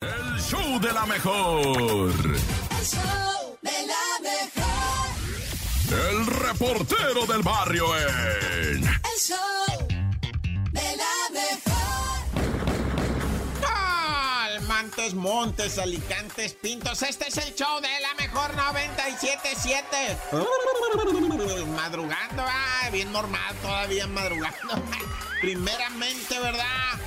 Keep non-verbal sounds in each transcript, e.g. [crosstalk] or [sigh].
el show de la mejor. El show de la mejor. El reportero del barrio en... El show de la mejor. Almantes, Montes, Alicantes, Pintos. Este es el show de la mejor 977. Madrugando, ah, bien normal, todavía madrugando. [laughs] Primeramente, ¿verdad?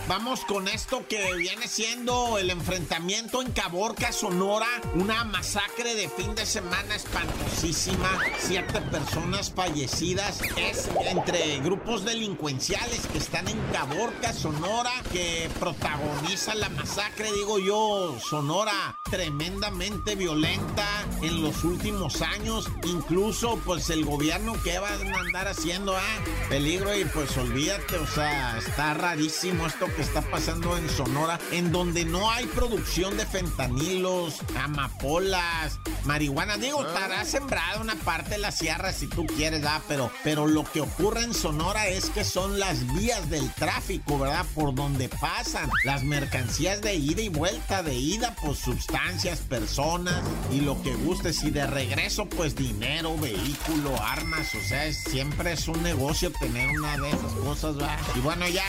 Vamos con esto que viene siendo el enfrentamiento en Caborca, Sonora. Una masacre de fin de semana espantosísima. Siete personas fallecidas. Es entre grupos delincuenciales que están en Caborca, Sonora, que protagoniza la masacre, digo yo, Sonora, tremendamente violenta en los últimos años. Incluso, pues el gobierno, ¿qué van a andar haciendo? Ah, peligro y pues olvídate, o sea, está rarísimo esto que está pasando en Sonora, en donde no hay producción de fentanilos, amapolas, marihuana. Digo, estará sembrada una parte de la sierra si tú quieres, ah, pero, pero lo que ocurre en Sonora es que son las vías del tráfico, ¿verdad? Por donde pasan las mercancías de ida y vuelta, de ida, pues sustancias, personas y lo que gustes, y de regreso, pues dinero, vehículo, armas, o sea, es- siempre es un negocio tener una de esas cosas, ¿verdad? Y bueno, ya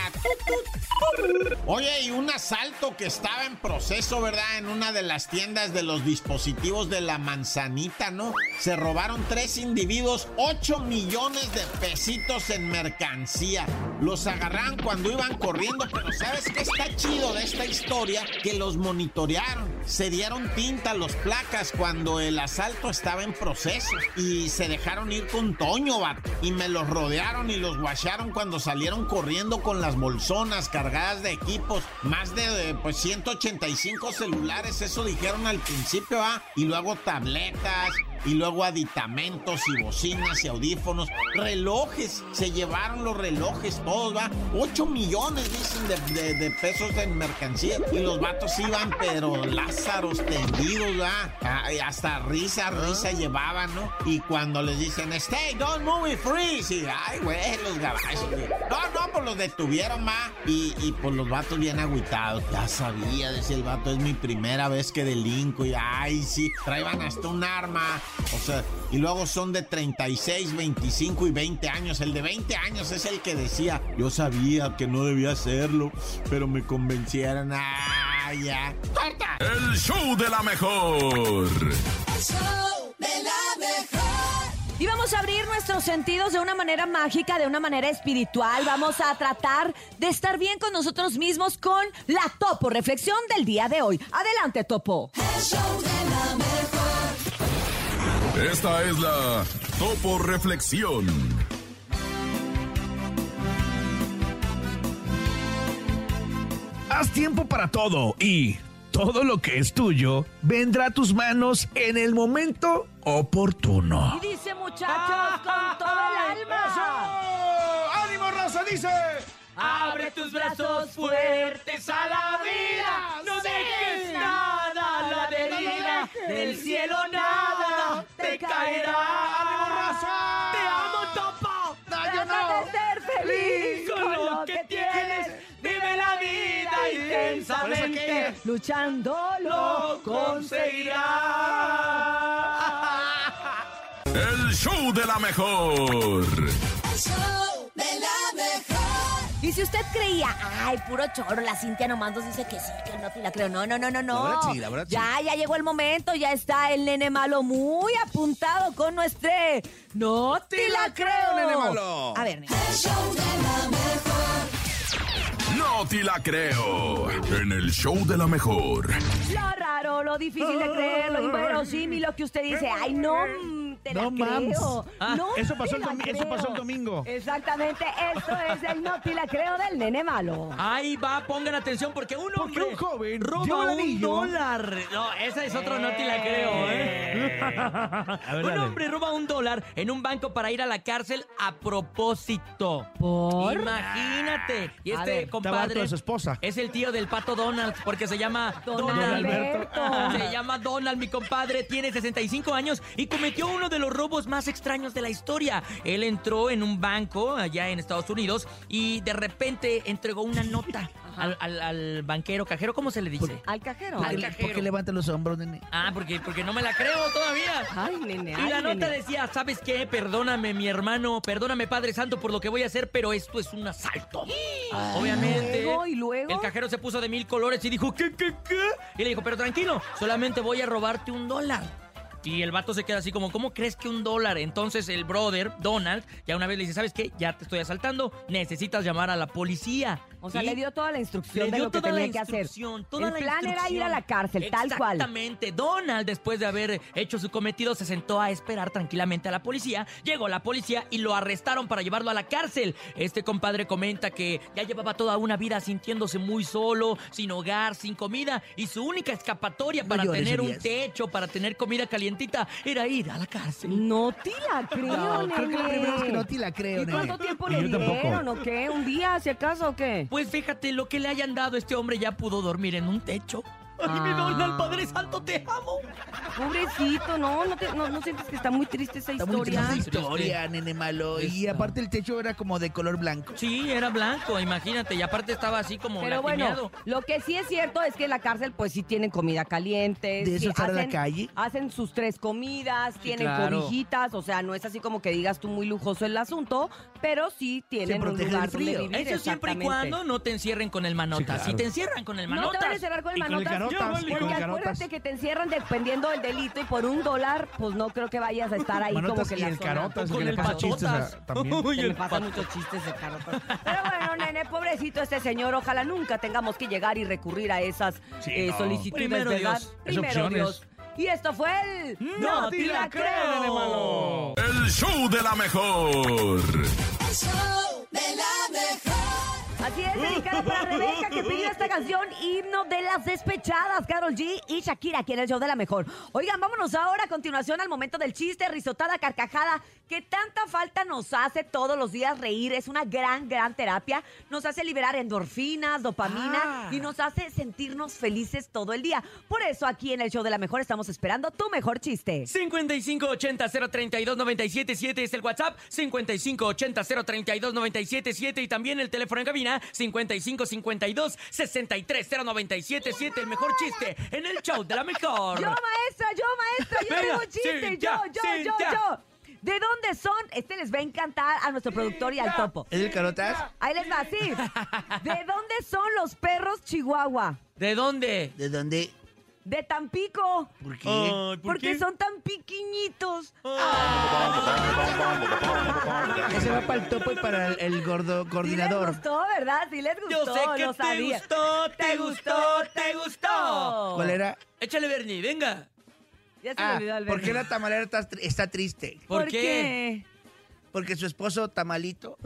Oye, y un asalto que estaba en proceso, ¿verdad? En una de las tiendas de los dispositivos de la manzanita, ¿no? Se robaron tres individuos, 8 millones de pesitos en mercancía. Los agarraron cuando iban corriendo, pero ¿sabes qué está chido de esta historia? Que los monitorearon, se dieron tinta a los placas cuando el asalto estaba en proceso y se dejaron ir con Toño, vato. Y me los rodearon y los guacharon cuando salieron corriendo con las bolsonas cargadas de equipos. Más de eh, pues 185 celulares, eso dijeron al principio, ¿ah? Y luego tabletas, y luego aditamentos y bocinas y audífonos, relojes, se llevaron los relojes, todos va, 8 millones dicen de, de- de pesos en mercancía y los vatos iban pero lázaros tendidos, va, Ah, y hasta risa, risa llevaban, ¿no? Y cuando les dicen, stay, don't move, it, freeze, y ay, güey, los gabachos, güey. no, no, pues los detuvieron, ma, y, y pues los vatos bien agüitados, ya sabía, decía el vato, es mi primera vez que delinco, y ay, sí, traían hasta un arma, o sea, y luego son de 36, 25 y 20 años, el de 20 años es el que decía, yo sabía que no debía hacerlo, pero me convencieron, ah, ya, ¡Corta! El show de la mejor. El show de la mejor. Y vamos a abrir nuestros sentidos de una manera mágica, de una manera espiritual. Vamos a tratar de estar bien con nosotros mismos con la Topo, reflexión del día de hoy. Adelante, Topo. El show de la mejor. Esta es la Topo Reflexión. Haz tiempo para todo y todo lo que es tuyo vendrá a tus manos en el momento oportuno. Y dice, muchachos, con todo el alma. ¡Ánimo, Rosa! Dice. Abre tus brazos fuertes a la vida. No dejes nada a la deriva. Del cielo nada te caerá. ¡Te amo, Topo! ¡No, yo Trata de no! ser feliz con lo que tienes. ¡Vive la vida intensamente! Luchándolo El show de la mejor. El show de la mejor. Y si usted creía, ay, puro choro, la Cintia nomás nos dice que sí, que no te la creo. No, no, no, no, no. La verdad sí, la verdad sí. ya, ya llegó el momento, ya está el nene malo muy apuntado con nuestro. No te la creo, nene malo. A ver, nene. El show de la mejor. No te la creo. En el show de la mejor. Lo raro, lo difícil de creer, lo inverosímil, lo que usted dice, ay, no mm, te la No, mams. creo. Ah, no eso pasó te el la domi- eso creo. pasó el domingo. Exactamente, esto es el no te la creo del nene malo. Ahí va, pongan atención porque un hombre un joven dio roba un un anillo. dólar. No, esa es otro, no te la creo, ¿eh? un hombre roba un dólar en un banco para ir a la cárcel a propósito. ¿Por? Imagínate. Y A este ver. Estaba harto compadre de su esposa. [laughs] es el tío del pato Donald porque se llama Don Alberto. Se llama Donald, mi compadre, tiene 65 años y cometió uno uno de los robos más extraños de la historia. Él entró en un banco allá en Estados Unidos y de repente entregó una nota al, al- al banquero, cajero, ¿cómo se le dice? Al cajero. Al Ay, cajero. ¿Por qué levanta los hombros, nene? Ah, porque, porque no me la creo todavía. Ay, nene. Y la ay, nota nene. decía, ¿sabes qué? Perdóname, mi hermano, perdóname, Padre Santo, por lo que voy a hacer, pero esto es un asalto. Obviamente. luego, ¿y luego? El cajero se puso de mil colores y dijo, ¿qué, qué, qué? Y le dijo, pero tranquilo, solamente voy a robarte un dólar. Y el vato se queda así como, ¿cómo crees que un dólar? Entonces el brother, Donald, ya una vez le dice, ¿sabes qué? Ya te estoy asaltando, necesitas llamar a la policía. O sea, Y le dio toda la le instrucción de dio lo que toda la tenía que hacer. instrucción, toda el la plan era ir a la instrucción. cárcel, tal cual. Exactamente. Donald, después de haber hecho su cometido, se sentó a esperar tranquilamente a la policía. Llegó la policía y lo arrestaron para llevarlo a la cárcel. Este compadre comenta que ya llevaba toda una vida sintiéndose muy solo, sin hogar, sin comida. Y su única escapatoria para llores, tener un Urias. techo, para tener comida calientita, era ir a la cárcel. No te la Ah, creo, nene. creo que la primera vez que no te la creo, ¿Y nene. cuánto tiempo Y le yo tampoco. dieron o qué? ¿Un día, si acaso, o qué? Pues fíjate, lo que le hayan dado, este hombre ya pudo dormir en un techo. Ay, mi Ah. Donald, Padre Santo, te amo. Pobrecito, no, no, te- no, no sientes que está muy triste esa Está muy historia. triste Historia. historia, nene malo. Y Esta. aparte el techo era como de color blanco. Sí, era blanco, imagínate, y aparte estaba así como Pero latimeado. bueno, lo que sí es cierto es que en la cárcel pues sí tienen comida caliente. ¿De sí eso estar en la calle? Hacen sus tres comidas, tienen claro. cobijitas, o sea, no es así como que digas tú muy lujoso el asunto, pero sí tienen un protege del lugar donde frío. vivir. Eso siempre y exactamente. cuando no te encierren con el manota. Sí, claro. Si te encierran con el manota. No te van a encerrar con el Y con el manotas, carotas, Ya vale. y con porque el acuérdate carotas. que te encierran dependiendo del delito y por un dólar, pues no creo que vayas a estar ahí como Manotas que en y la el zona. carotas. Con que le el pasa chistes a- pachotas. [laughs] también. Uy, Se el me pasan pato- muchos chistes de carotas. Pero bueno, nene, pobrecito este señor. Ojalá nunca tengamos que llegar y recurrir a esas Sí, eh, no. solicitudes, Primero ¿verdad? Dios. Es Primero opciones. Dios. Y esto fue el... ¡No te la creo, nene malo! El show de la mejor. El show de la mejor. Así es, dedicada para Rebeca, que pidió esta canción, himno de las despechadas, Carol G y Shakira, aquí en el show de la mejor. Oigan, vámonos ahora a continuación al momento del chiste, risotada, carcajada, que tanta falta nos hace todos los días reír. Es una gran, gran terapia. Nos hace liberar endorfinas, dopamina y nos hace sentirnos felices todo el día. Por eso aquí en el show de la mejor estamos esperando tu mejor chiste. 5580-032-977 es el WhatsApp, 5580-032-977 y también el teléfono en cabina, 5552-630977, el mejor chiste en el show de la mejor. Yo, maestra, yo, maestra, yo Venga, tengo un chiste. Cintia, yo, yo, yo, Cintia. yo. ¿De dónde son? Este les va a encantar a nuestro productor y al topo. ¿Es el carotas? Ahí les va, sí. [laughs] ¿De dónde son los perros chihuahua? ¿De dónde? ¿De dónde? De Tampico. ¿Por qué? Ay, ¿por porque qué? son tan piquiñitos. Ese va para el topo y para el, el gordo Sí coordinador. les gustó, ¿verdad? Sí les gustó. Yo sé que lo te sabía. gustó, te gustó, te gustó. ¿Cuál era? Échale, Bernie, venga. Ya se me Ah, olvidó el ¿por verbo. qué la tamalera está, tr- está triste? ¿Por ¿Por, qué? qué? Porque su esposo tamalito.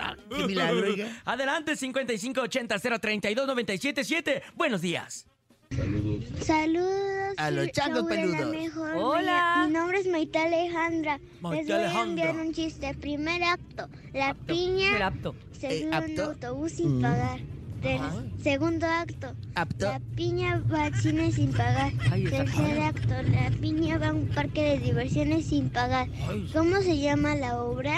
Ah, Qué milagro, oiga. Adelante, 5580-032-977. Buenos días. Saludos. A los show changos de la peludos. mejor. Hola. Mi nombre es Maite Alejandra. Maite Les voy a Alejandra. enviar un chiste. Primer acto, la Era piña apto. se sube Eh, a un ¿apto? autobús sin pagar. Ter- segundo acto, Apto. la piña va al cine sin pagar. Ay, esa Tercer acto, la piña va a un parque de diversiones sin pagar. ¿Cómo se llama la obra?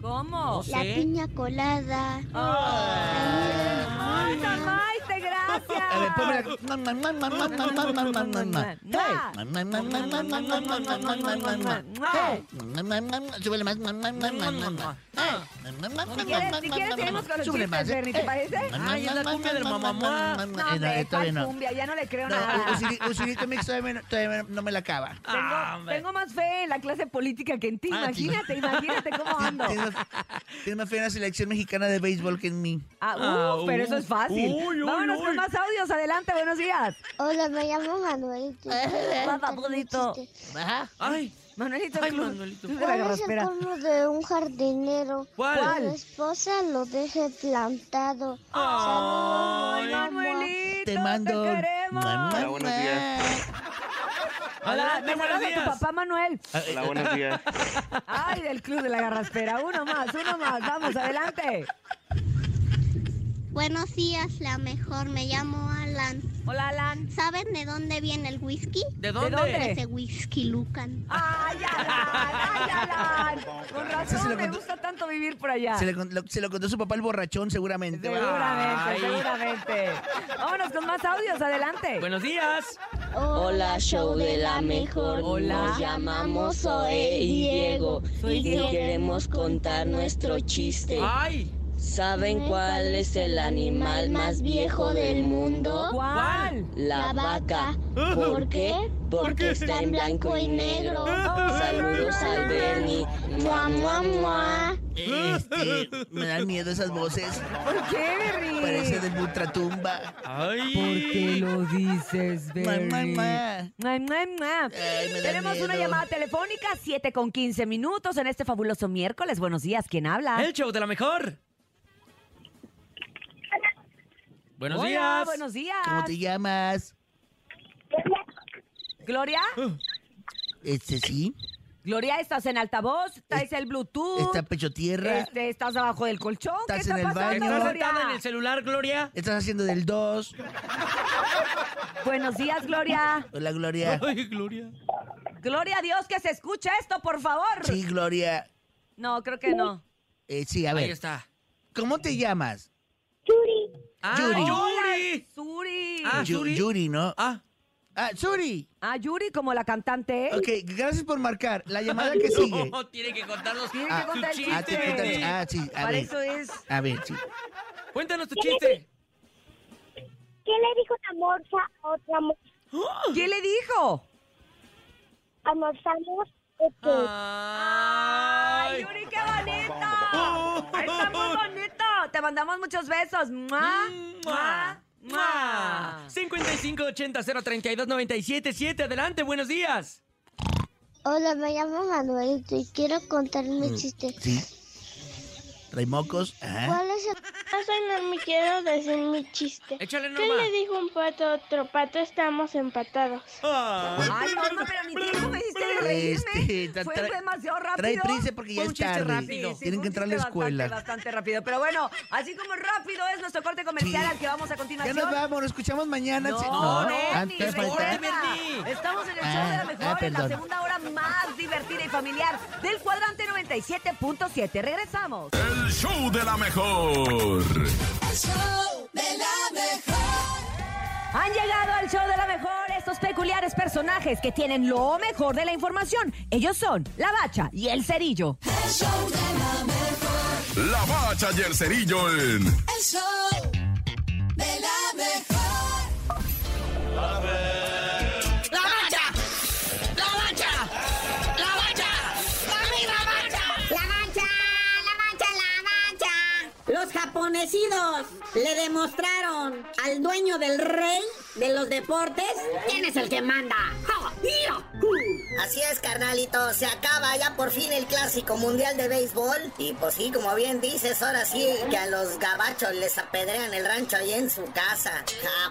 ¿Cómo? No sé. La piña colada. ¡Ay, San Maite, gracias! A ver, pónmela. Súbele más. Ah. Si quieres, si quieres, seguimos con los Súbele chistes, más. ¿eh? Bernie, ¿te parece? Ay, es la cumbia del mamamá. Eh, No, no, eh, hombre, ¿cuál todavía no. cumbia? Ya no le creo nada. No, Usiri- Usirito Mix todavía no- todavía no me la acaba. Tengo, Ah, hombre. tengo más fe en la clase política que en ti. Ah, sí. Imagínate, imagínate cómo ando. Tienes tienes más fe en la selección mexicana de béisbol que en mí. Ah, uh, Ah, uh. pero eso es fácil. Uy, uy, Vámonos uy. con más audios. [laughs] Adelante, buenos días. Hola, me llamo Manuel. Te voy a [laughs] contar un Papadito. chiste. Ay, Manuelito Ay, Cruz. Manuelito. Cruz de la ¿Cuál es el Garraspera. colmo de un jardinero? ¿Cuál? Que Su esposa lo deje plantado. Ay, Manuelito, Te mando. te queremos. Mamá. adelante, Me buenos saluda tu días. papá Manuel. Hola, buenos días. Ay, del Club de la Garraspera. Uno más, uno más. Vamos, adelante. Buenos días, la mejor. Me llamo Alan. Hola, Alan. ¿Saben de dónde viene el whisky? ¿De dónde? dónde? Ese whisky Lucan. ¡Ay, Alan! ¡Ay, [laughs] Alan! Con Ese se razón, lo me contó- gusta tanto vivir por allá. Se, le con- lo- se lo contó su papá el borrachón, seguramente. Seguramente, Ay. seguramente. Vámonos con más audios, adelante. Buenos días. Hola, show de la mejor. Hola. Nos llamamos Zoe y Diego Soy y Diego. te queremos contar nuestro chiste. Ay, ¿Saben cuál es el animal más viejo del mundo? ¿Cuál? La vaca. [laughs] ¿Por qué? Porque está en blanco y negro. Saludos al Benny. Mua, mua, mua. Este, me dan miedo esas voces. ¿Por qué, Berry? Parece de ultratumba. ay. lo dices, Ma, ma, ma. Mua, mua, mua. Ay, me da Tenemos una miedo. llamada telefónica, 7 con 15 minutos en este fabuloso miércoles. Buenos días, ¿quién habla? El show de la mejor. Buenos Hola, días. buenos días. ¿Cómo te llamas? Gloria, Uh. Este sí. Gloria, estás en altavoz, traes el Bluetooth, Está pecho tierra. este, estás abajo del colchón, ¿qué Estás está en el pasando, baño. ¿Estás Gloria? sentada en el celular, Gloria? Estás haciendo del 2. Buenos días, Gloria. Hola, Gloria. Ay, Gloria. Gloria a Dios que se escuche esto, por favor. Sí, Gloria. No, creo que no. Eh, sí, a Ahí ver. está. ¿Cómo te llamas? Ah, Yuri. Yuri. Suri. Ah, Yu- Suri. Yuri, ¿no? Ah, Ah, Suri. Ah, Yuri como la cantante. ¿eh? Ok, gracias por marcar. La llamada que sigue. [laughs] No, tiene que contarnos Tiene que Ah, contar el su Ah, te chiste. cuentan- chiste. ah, sí, a Para ver. eso es. A ver, sí. Cuéntanos tu chiste. ¿Qué le dijo la morsa a otra morsa? [gasps] ¿Quién le dijo? Almorzamos ¡Ay, Ay. Yuri, qué bonito! ¡Está muy bonito! Te mandamos muchos besos. ¡Mua! Mm, ¡Mua! ¡Mua! 5580-032-977. Adelante, buenos días. Hola, me llamo Manuelito y quiero contar mi chiste. Sí. Trae mocos. Ajá. ¿Cuál es el...? no me quiero decir mi chiste. Échale nomás. dijo un pato a otro pato? Estamos empatados. Ah. Ay, no, no, pero ni tiempo me hiciste de reírme. Este, tra- fue tra- demasiado rápido. Trae prisa porque ya Fue es un chiste tarde. rápido. Tienen Sí, fue que un entrar a la chiste escuela. Bastante, bastante rápido. Pero bueno, así como rápido es nuestro corte comercial Sí. al que vamos a Ya continuación. nos vamos, nos escuchamos mañana. No, Sí. Bernie, antes recuerda, falta. Bernie. Estamos en el show Ah, de la ah, mejor, en la perdón. segunda hora más divertida y familiar del cuadrante 97.7. Regresamos. El show de la mejor. El show de la mejor. Han llegado al show de la mejor estos peculiares personajes que tienen lo mejor de la información. Ellos son la bacha y el cerillo. El show de la mejor. La bacha y el cerillo en El show de la mejor. ¡La mancha! ¡La mancha! ¡La mancha! ¡Mami, la mancha! La mancha, la mancha, la mancha. Los japonesidos le demostraron al dueño del rey de los deportes quién es el que manda. ¡Ja! ¡Yahoo! Así es, carnalito. Se acaba ya por fin el clásico mundial de béisbol. Y pues sí, como bien dices, ahora sí que a los gabachos les apedrean el rancho ahí en su casa.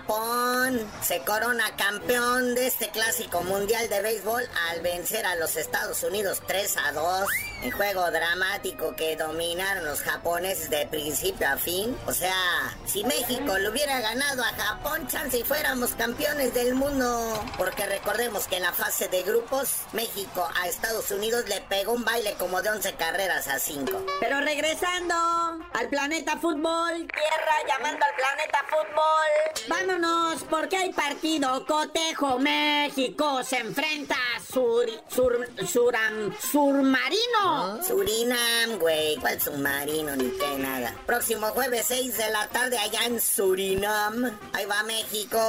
Japón se corona campeón de este clásico mundial de béisbol al vencer a los Estados Unidos 3 a 2. En juego dramático que dominaron los japoneses de principio a fin. O sea, si México le hubiera ganado a Japón, chance y fuéramos campeones del mundo. Porque recordemos que en la fase de grupos, México a Estados Unidos le pegó un baile como de 11 carreras a 5. Pero regresando al planeta fútbol, tierra llamando al planeta fútbol. Vámonos porque hay partido cotejo. México se enfrenta a Sur Sur Suram Surmarino. Surinam, güey. ¿Cuál submarino? Ni qué nada. Próximo jueves 6 de la tarde allá en Surinam. Ahí va México.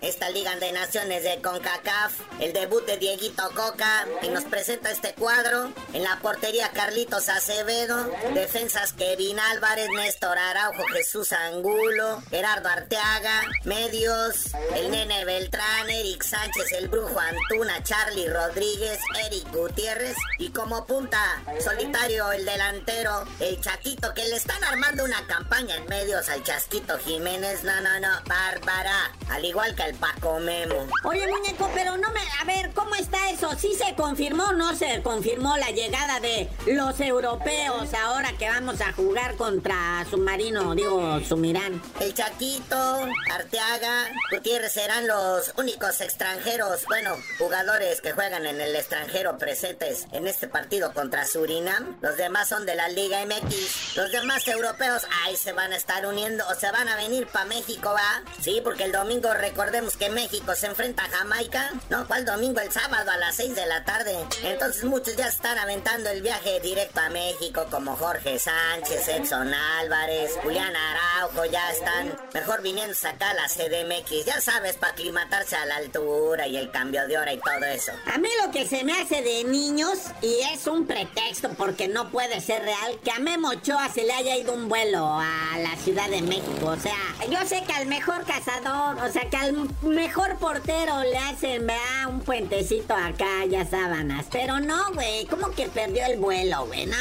Esta Liga de Naciones de CONCACAF. El debut de Dieguito Coca. Y nos presenta este cuadro. En la portería Carlitos Acevedo. Defensas Kevin Álvarez, Néstor Araujo, Jesús Angulo, Gerardo Arteaga. Medios. El Nene Beltrán, Eric Sánchez, el Brujo Antuna, Charlie Rodríguez. Rodríguez, Eric Gutiérrez y como punta, solitario el delantero, el Chaquito, que le están armando una campaña en medios al Chasquito Jiménez, no, no, no, Bárbara, al igual que el Paco Memo. Oye, muñeco, pero no me. A ver, ¿cómo está eso? ¿Sí se confirmó o no se confirmó la llegada de los europeos ahora que vamos a jugar contra Submarino? Digo, Sumirán. El Chaquito, Arteaga, Gutiérrez serán los únicos extranjeros, bueno, jugadores que juegan en el extranjero presentes en este partido contra Surinam. Los demás son de la Liga MX. Los demás europeos, ahí se van a estar uniendo o se van a venir para México, ¿va? Sí, porque el domingo recordemos que México se enfrenta a Jamaica. No, ¿cuál domingo? El sábado a las 6 de la tarde. Entonces muchos ya están aventando el viaje directo a México, como Jorge Sánchez, Edson Álvarez, Julián Araujo, ya están mejor viniendo acá a la CDMX, ya sabes, para aclimatarse a la altura y el cambio de hora y todo eso. A mí lo que se me hace de niños, y es un pretexto porque no puede ser real, que a Memo Ochoa se le haya ido un vuelo a la Ciudad de México. O sea, yo sé que al mejor cazador, o sea, que al mejor portero le hacen, vea, un puentecito acá, ya sábanas. Pero no, güey, ¿cómo que perdió el vuelo, güey? No,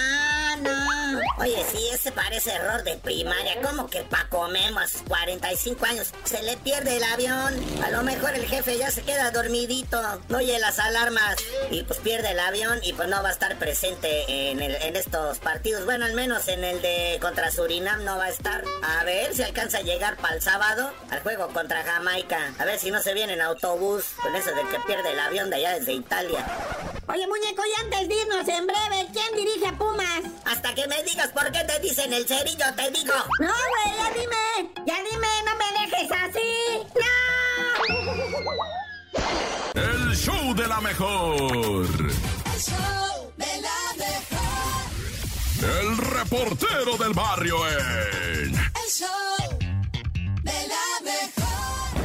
no. Ah, Oye, sí, ese parece error de primaria. ¿Cómo que Paco Memo a sus 45 años se le pierde el avión? A lo mejor el jefe ya se queda dormidito, no oye las alarmas y pues pierde el avión y pues no va a estar presente en, el- en estos partidos. pues, Bueno, al menos en el de contra Surinam no va a estar. A ver si alcanza a llegar para el sábado al juego contra Jamaica. A ver si no se viene en autobús con eso de que pierde el avión de allá desde Italia. Oye, muñeco, y antes de irnos en breve, ¿quién dirige a Pumas? Hasta que me digas por qué te dicen el cerillo, te digo. No, güey, ya dime, ya dime, no me dejes así. ¡No! El show de la mejor. El show de la mejor. El reportero del barrio El en. show de la mejor.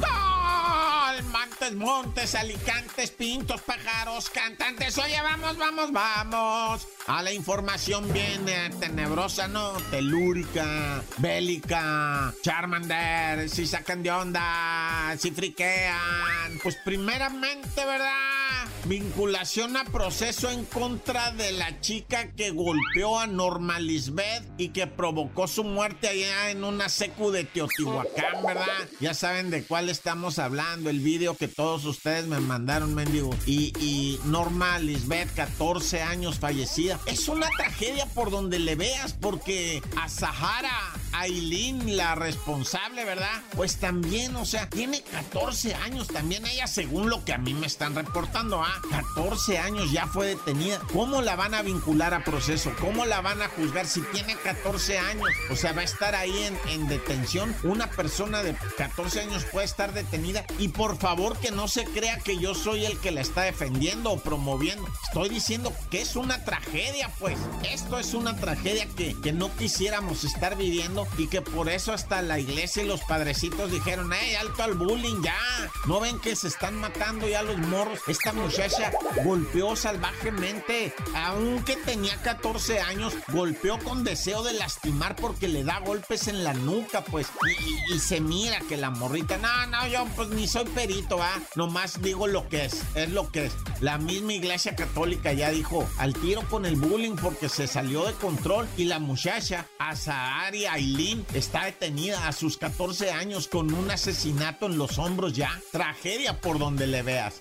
¡Gol! Mantes, montes, alicantes, pintos, pájaros, cantantes. Oye, vamos, vamos, vamos. A la información viene tenebrosa, ¿no? Telúrica, bélica, Charmander, si sacan de onda, si friquean. Pues primeramente, ¿verdad? Vinculación a proceso en contra de la chica que golpeó a Norma Lisbeth y que provocó su muerte allá en una secu de Teotihuacán, ¿verdad? Ya saben de cuál estamos hablando, el vídeo que todos ustedes me mandaron, mendigo. Y, y Norma Lisbeth, 14 años fallecida. Es una tragedia por donde le veas, porque a Sahara Aileen, la responsable, ¿verdad? Pues también, o sea, tiene 14 años también ella, según lo que a mí me están reportando, ¿ah? 14 años ya fue detenida. ¿Cómo la van a vincular a proceso? ¿Cómo la van a juzgar si tiene 14 años? O sea, va a estar ahí en, en detención. Una persona de 14 años puede estar detenida y por favor que no se crea que yo soy el que la está defendiendo o promoviendo. Estoy diciendo que es una tragedia, pues. Esto es una tragedia que, que no quisiéramos estar viviendo y que por eso hasta la iglesia y los padrecitos dijeron, ¡Ey, alto al bullying ya! ¿No ven que se están matando ya los morros? Esta muchacha golpeó salvajemente, aunque tenía 14 años, golpeó con deseo de lastimar porque le da golpes en la nuca, pues. Y, y- y se mira que la morrita, no, no, yo pues ni soy perito, va. Nomás digo lo que es, es lo que es. La misma iglesia católica ya dijo, al tiro con el bullying porque se salió de control y la muchacha, Azahari Ailín, está detenida a sus 14 años con un asesinato en los hombros ya. Tragedia por donde le veas.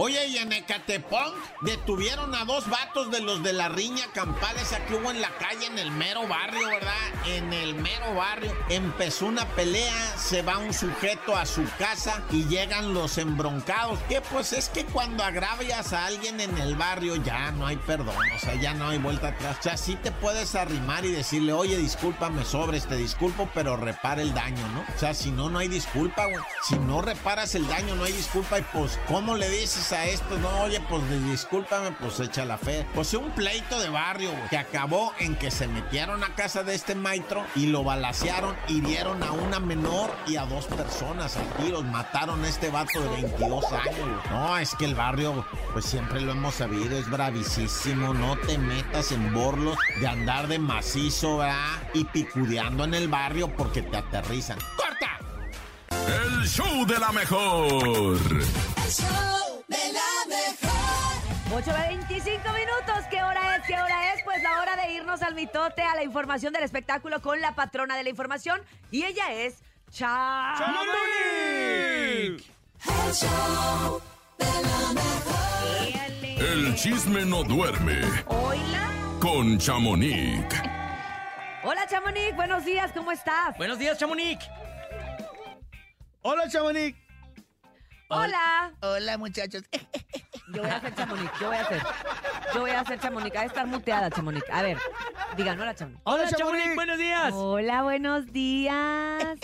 Oye, y en Ecatepón detuvieron a dos vatos de los de la riña campal esa que hubo en la calle, en el mero barrio, ¿verdad? En el mero barrio. Empezó una pelea, se va un sujeto a su casa y llegan los embroncados. Que pues es que cuando agravias a alguien en el barrio ya no hay perdón, o sea, ya no hay vuelta atrás. O sea, sí te puedes arrimar y decirle, oye, discúlpame sobres, te disculpo, pero repara el daño, ¿no? O sea, si no, no hay disculpa, güey. Si no reparas el daño, no hay disculpa. Y pues, ¿cómo le dices a esto? No, oye, pues discúlpame, pues echa la fe. Pues un pleito de barrio, güey, que acabó en que se metieron a casa de este maestro y lo balacearon, hirieron a una menor y a dos personas a tiros. Mataron a este vato de 22 años, güey. No, es que el barrio, pues siempre lo hemos sabido, es bravísimo. No te metas en borlos de andar de macizo, ¿verdad? Y picudeando en el barrio porque te aterrizan. ¡Corta! El show de la mejor. El El show de la mejor. 8.25 minutos, ¿qué hora es? ¿Qué hora es? Pues la hora de irnos al mitote, a la información del espectáculo con la patrona de la información. Y ella es Chamonix. El show de la mejor. El chisme no duerme Hola. con Chamonix. Hola Chamonix, buenos días, ¿cómo estás? Buenos días, Chamonix. Hola, Chamonix. Hola. Hola, [laughs] muchachos. Yo voy a hacer Chamonix, yo voy a hacer. Yo voy a hacer Chamonix, ha de estar muteada Chamonix. A ver, digan hola Chamonix. Hola, Chamonix, buenos días. Hola, buenos días.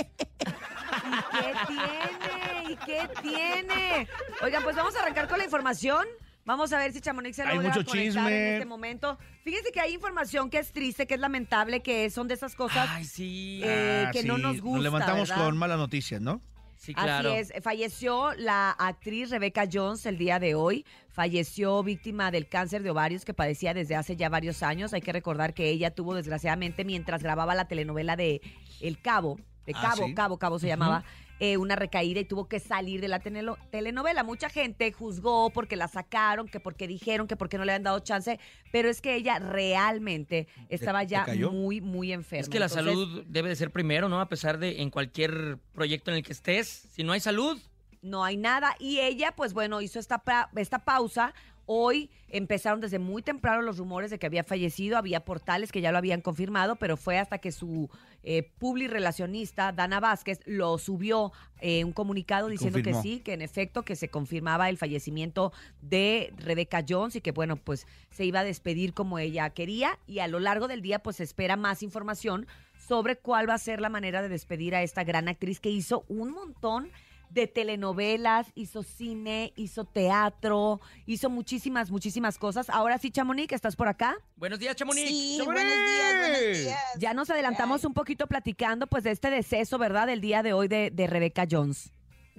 ¿Y qué tiene? [laughs] ¿Y qué tiene? Oigan, pues vamos a arrancar con la información. Vamos a ver si Chamonix se Hay logra mucho conectar en chisme. este momento. Fíjense que hay información que es triste, que es lamentable, que son de esas cosas Ay, sí. eh, Ah, que sí, no nos gusta. Nos levantamos ¿verdad? con malas noticias, ¿no? Sí, claro. Así es, eh, falleció la actriz Rebeca Jones el día de hoy, falleció víctima del cáncer de ovarios que padecía desde hace ya varios años. Hay que recordar que ella tuvo desgraciadamente mientras grababa la telenovela de El Cabo, de Ah, Cabo, sí. Cabo, Cabo se llamaba, eh, una recaída y tuvo que salir de la tenelo- telenovela. Mucha gente juzgó porque la sacaron, que porque dijeron, que porque no le habían dado chance, pero es que ella realmente estaba ya decayó? muy, muy enferma. Es que la Entonces, salud debe de ser primero, ¿no? A pesar de en cualquier proyecto en el que estés, si no hay salud, no hay nada. Y ella, pues bueno, hizo esta, pa- esta pausa. Hoy empezaron desde muy temprano los rumores de que había fallecido, había portales que ya lo habían confirmado, pero fue hasta que su eh, publi relacionista, Dana Vázquez, lo subió eh, un comunicado diciendo confirmó. que sí, que en efecto que se confirmaba el fallecimiento de Rebeca Jones y que bueno, pues se iba a despedir como ella quería y a lo largo del día pues se espera más información sobre cuál va a ser la manera de despedir a esta gran actriz que hizo un montón de telenovelas, hizo cine, hizo teatro, hizo muchísimas, muchísimas cosas. Ahora sí, Chamonix, ¿estás por acá? buenos días, Chamonix. Sí, buenos días, buenos días. Ya nos adelantamos un poquito platicando pues de este deceso, ¿verdad? Del día de hoy de, de Rebeca Jones.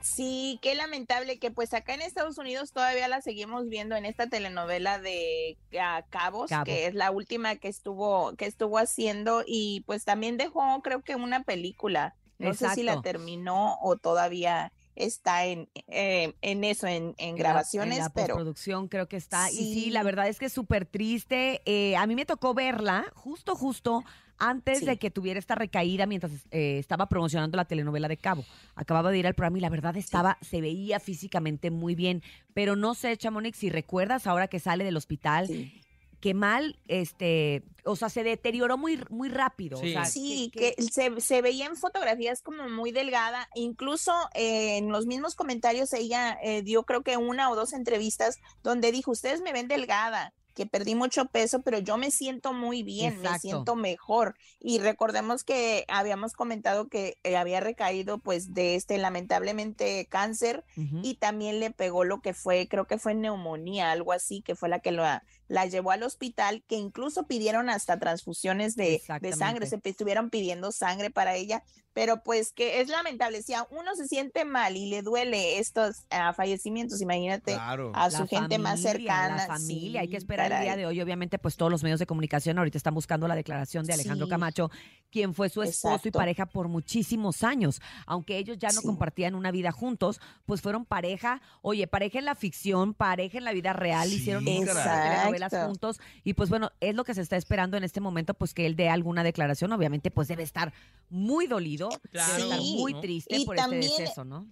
Sí, qué lamentable que pues acá en Estados Unidos todavía la seguimos viendo en esta telenovela de ah, Cabos, Cabo. que es la última que estuvo que estuvo haciendo y pues también dejó creo que una película. No sé si la Exacto. terminó o todavía está en eh, en eso en, en En la- grabaciones, en la pero postproducción creo que está. Y sí, Sí. la verdad es que es súper triste. Eh, a mí me tocó verla justo, justo antes Sí. de que tuviera esta recaída mientras eh, estaba promocionando la telenovela de Cabo. Acababa de ir al programa y la verdad estaba, se veía físicamente muy bien. Pero no sé, Chamonix, si recuerdas ahora que sale del hospital, sí. qué mal, este, o sea, se deterioró muy, muy rápido. o Sí. sea, Sí, que- que se, se veía en fotografías como muy delgada, incluso eh, en los mismos comentarios ella eh, dio creo que una o dos entrevistas donde dijo, ustedes me ven delgada, que perdí mucho peso, pero yo me siento muy bien, Exacto. me siento mejor. Y recordemos que habíamos comentado que eh, había recaído pues de este lamentablemente cáncer Ujú. y también le pegó lo que fue, creo que fue neumonía, algo así, que fue la que la, la llevó al hospital, que incluso pidieron hasta transfusiones de, de Exactamente. sangre, se pi- estuvieron pidiendo sangre para ella, pero pues que es lamentable, si a uno se siente mal y le duele estos ah, fallecimientos, imagínate Claro. a su gente más familia, cercana. La familia, hay que sí, esperar el día caray. de hoy. Obviamente, pues todos los medios de comunicación ahorita están buscando la declaración de Alejandro Sí. Camacho, quien fue su esposo y Exacto. pareja por muchísimos años. Aunque ellos ya no Sí. compartían una vida juntos, pues fueron pareja, oye, pareja en la ficción, pareja en la vida real, Sí, hicieron muchas caray. telenovelas Exacto. juntos. Y pues bueno, es lo que se está esperando en este momento, pues que él dé alguna declaración. Obviamente, pues debe estar muy dolido, debe estar Sí. muy ¿no? triste Y por también- este deceso, ¿no?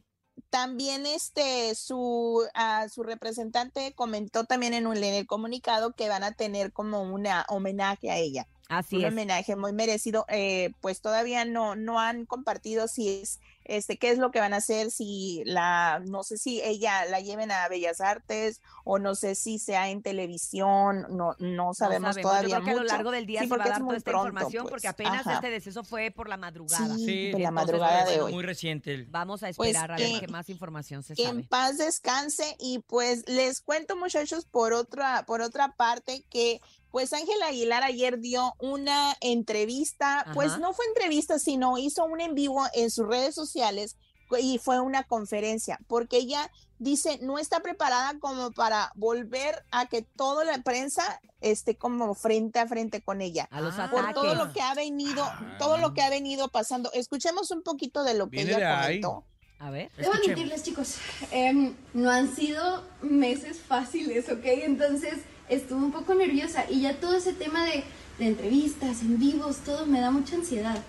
También este su ah, su representante comentó también en, un, en el comunicado que van a tener como una homenaje a ella. Así un es. homenaje muy merecido. eh, pues todavía no, no han compartido si es este qué es lo que van a hacer, si la, no sé si ella la lleven a Bellas Artes o no sé si sea en televisión, no, no no sabemos, sabemos. todavía Yo creo que a lo mucho. largo del día Sí, se va a porque es dar muy toda esta pronto, información pues, porque apenas ajá. este deceso fue por la madrugada. Sí, Sí, de la entonces, madrugada pues, de Bueno, hoy. Muy reciente. el- Vamos a Pues, esperar a ver que- qué más información se Que em en sabe. paz descanse y pues les cuento muchachos por otra por otra parte que pues Ángela Aguilar ayer dio una entrevista, pues Ajá. no fue entrevista, sino hizo un en vivo en sus redes sociales cu- y fue una conferencia, porque ella dice no está preparada como para volver a que toda la prensa esté como frente a frente con ella. A los Ah, Por ataques. todo lo que ha venido, todo lo que ha venido pasando. Escuchemos un poquito de lo que Ah. Viene de ella ahí. comentó A ver. Debo admitirles, chicos, em, no han sido meses fáciles, ¿ok? Entonces estuve un poco nerviosa y ya todo ese tema de, de entrevistas, en vivos, todo me da mucha ansiedad.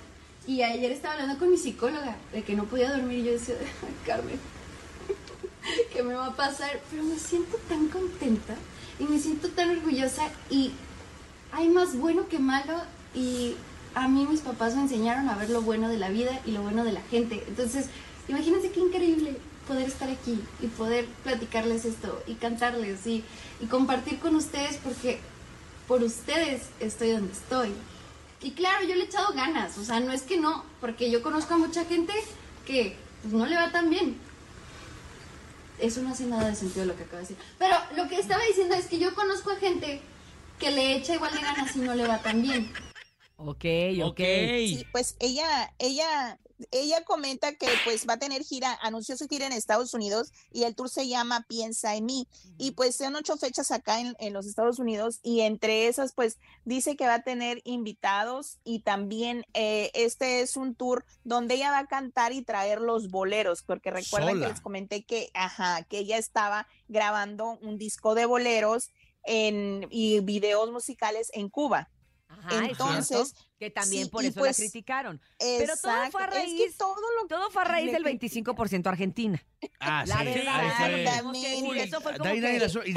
Y ayer estaba hablando con mi psicóloga de que no podía dormir y yo decía, "Ay, Carmen, [laughs] ¿qué me va a pasar? Pero me siento tan contenta y me siento tan orgullosa y hay más bueno que malo y a mí mis papás me enseñaron a ver lo bueno de la vida y lo bueno de la gente. Entonces, imagínense qué increíble poder estar aquí y poder platicarles esto y cantarles y, y compartir con ustedes porque por ustedes estoy donde estoy. Y claro, yo le he echado ganas, o sea, no es que no, porque yo conozco a mucha gente que pues, no le va tan bien, eso no hace nada de sentido lo que acabo de decir. Pero lo que estaba diciendo es que yo conozco a gente que le echa igual de ganas y no le va tan bien. Ok, ok. Sí, pues ella, ella, ella comenta que pues va a tener gira, anunció su gira en Estados Unidos y el tour se llama Piensa en mí. Y pues son ocho fechas acá en, en los Estados Unidos y entre esas pues dice que va a tener invitados y también eh, este es un tour donde ella va a cantar y traer los boleros, porque recuerden Sola. que les comenté que, ajá, que ella estaba grabando un disco de boleros en, y videos musicales en Cuba. Ajá, es cierto, Entonces, que también sí, por y eso pues, la criticaron. Pero todo fue a exacto, es raíz, que todo fue a raíz le del 25% Argentina. Ah, La sí. verdad, ahí fue. tenemos que decir, eso fue eh, como De ahí nadie que- la sol- y-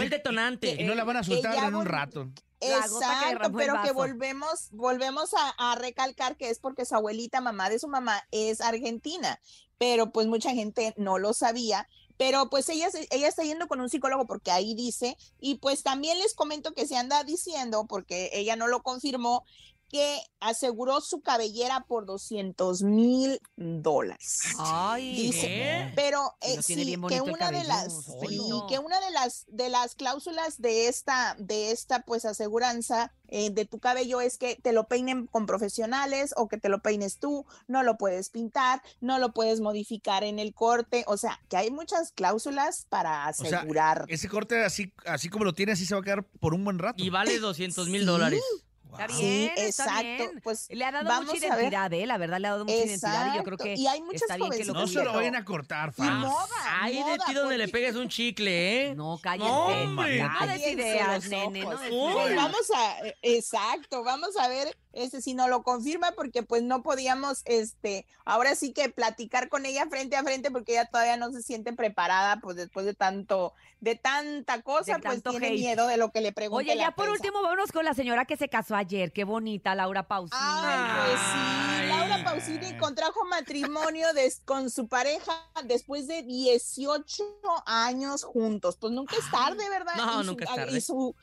eh, Y no la van a soltar ella en un vol- rato. La gota que Exacto, derramó el pero que vaso. volvemos, volvemos a, a recalcar que es porque su abuelita, mamá de su mamá, es argentina, pero pues mucha gente no lo sabía. Pero pues ella, se- ella está yendo con un psicólogo porque ahí dice, y pues también les comento que se anda diciendo, porque ella no lo confirmó, que aseguró su cabellera por 200 mil dólares. Ay, Dice, ¿qué? pero Si eh, lo tiene sí, bien que bonito el una de cabello, las solo. sí, que una de las de las cláusulas de esta de esta pues aseguranza eh, de tu cabello es que te lo peinen con profesionales o que te lo peines tú, no lo puedes pintar, no lo puedes modificar en el corte, o sea, que hay muchas cláusulas para O sea, asegurar. ese corte así, así como lo tiene, así se va a quedar por un buen rato. Y vale 200 mil dólares. Está bien, Wow. Sí, está exacto, bien. pues, le ha dado vamos mucha a ver. identidad, ¿eh? La verdad, le ha dado mucha identidad y yo creo Exacto, que y hay muchas está bien que lo No se lo cubrieron. vayan a cortar, fam. Hay de ti donde le pegues un chicle, ¿eh? No, cállate. hombre. no des Cállense ideas, los nene, no ojos. des Uy, ideas. vamos a, eh, exacto, vamos a ver este si no lo confirma porque pues no podíamos este, ahora sí que platicar con ella frente a frente porque ella todavía no se siente preparada pues después de tanto de tanta cosa, De pues tanto tiene hate. miedo de lo que le pregunte Oye, la ya por prensa. último, vámonos con la señora que se casó ayer. Qué bonita, Laura Pausini. Ay, pues Laura Pausini contrajo matrimonio des- con su pareja después de 18 años juntos. Pues nunca es tarde, ¿verdad? No, Y su- nunca es tarde. Y su,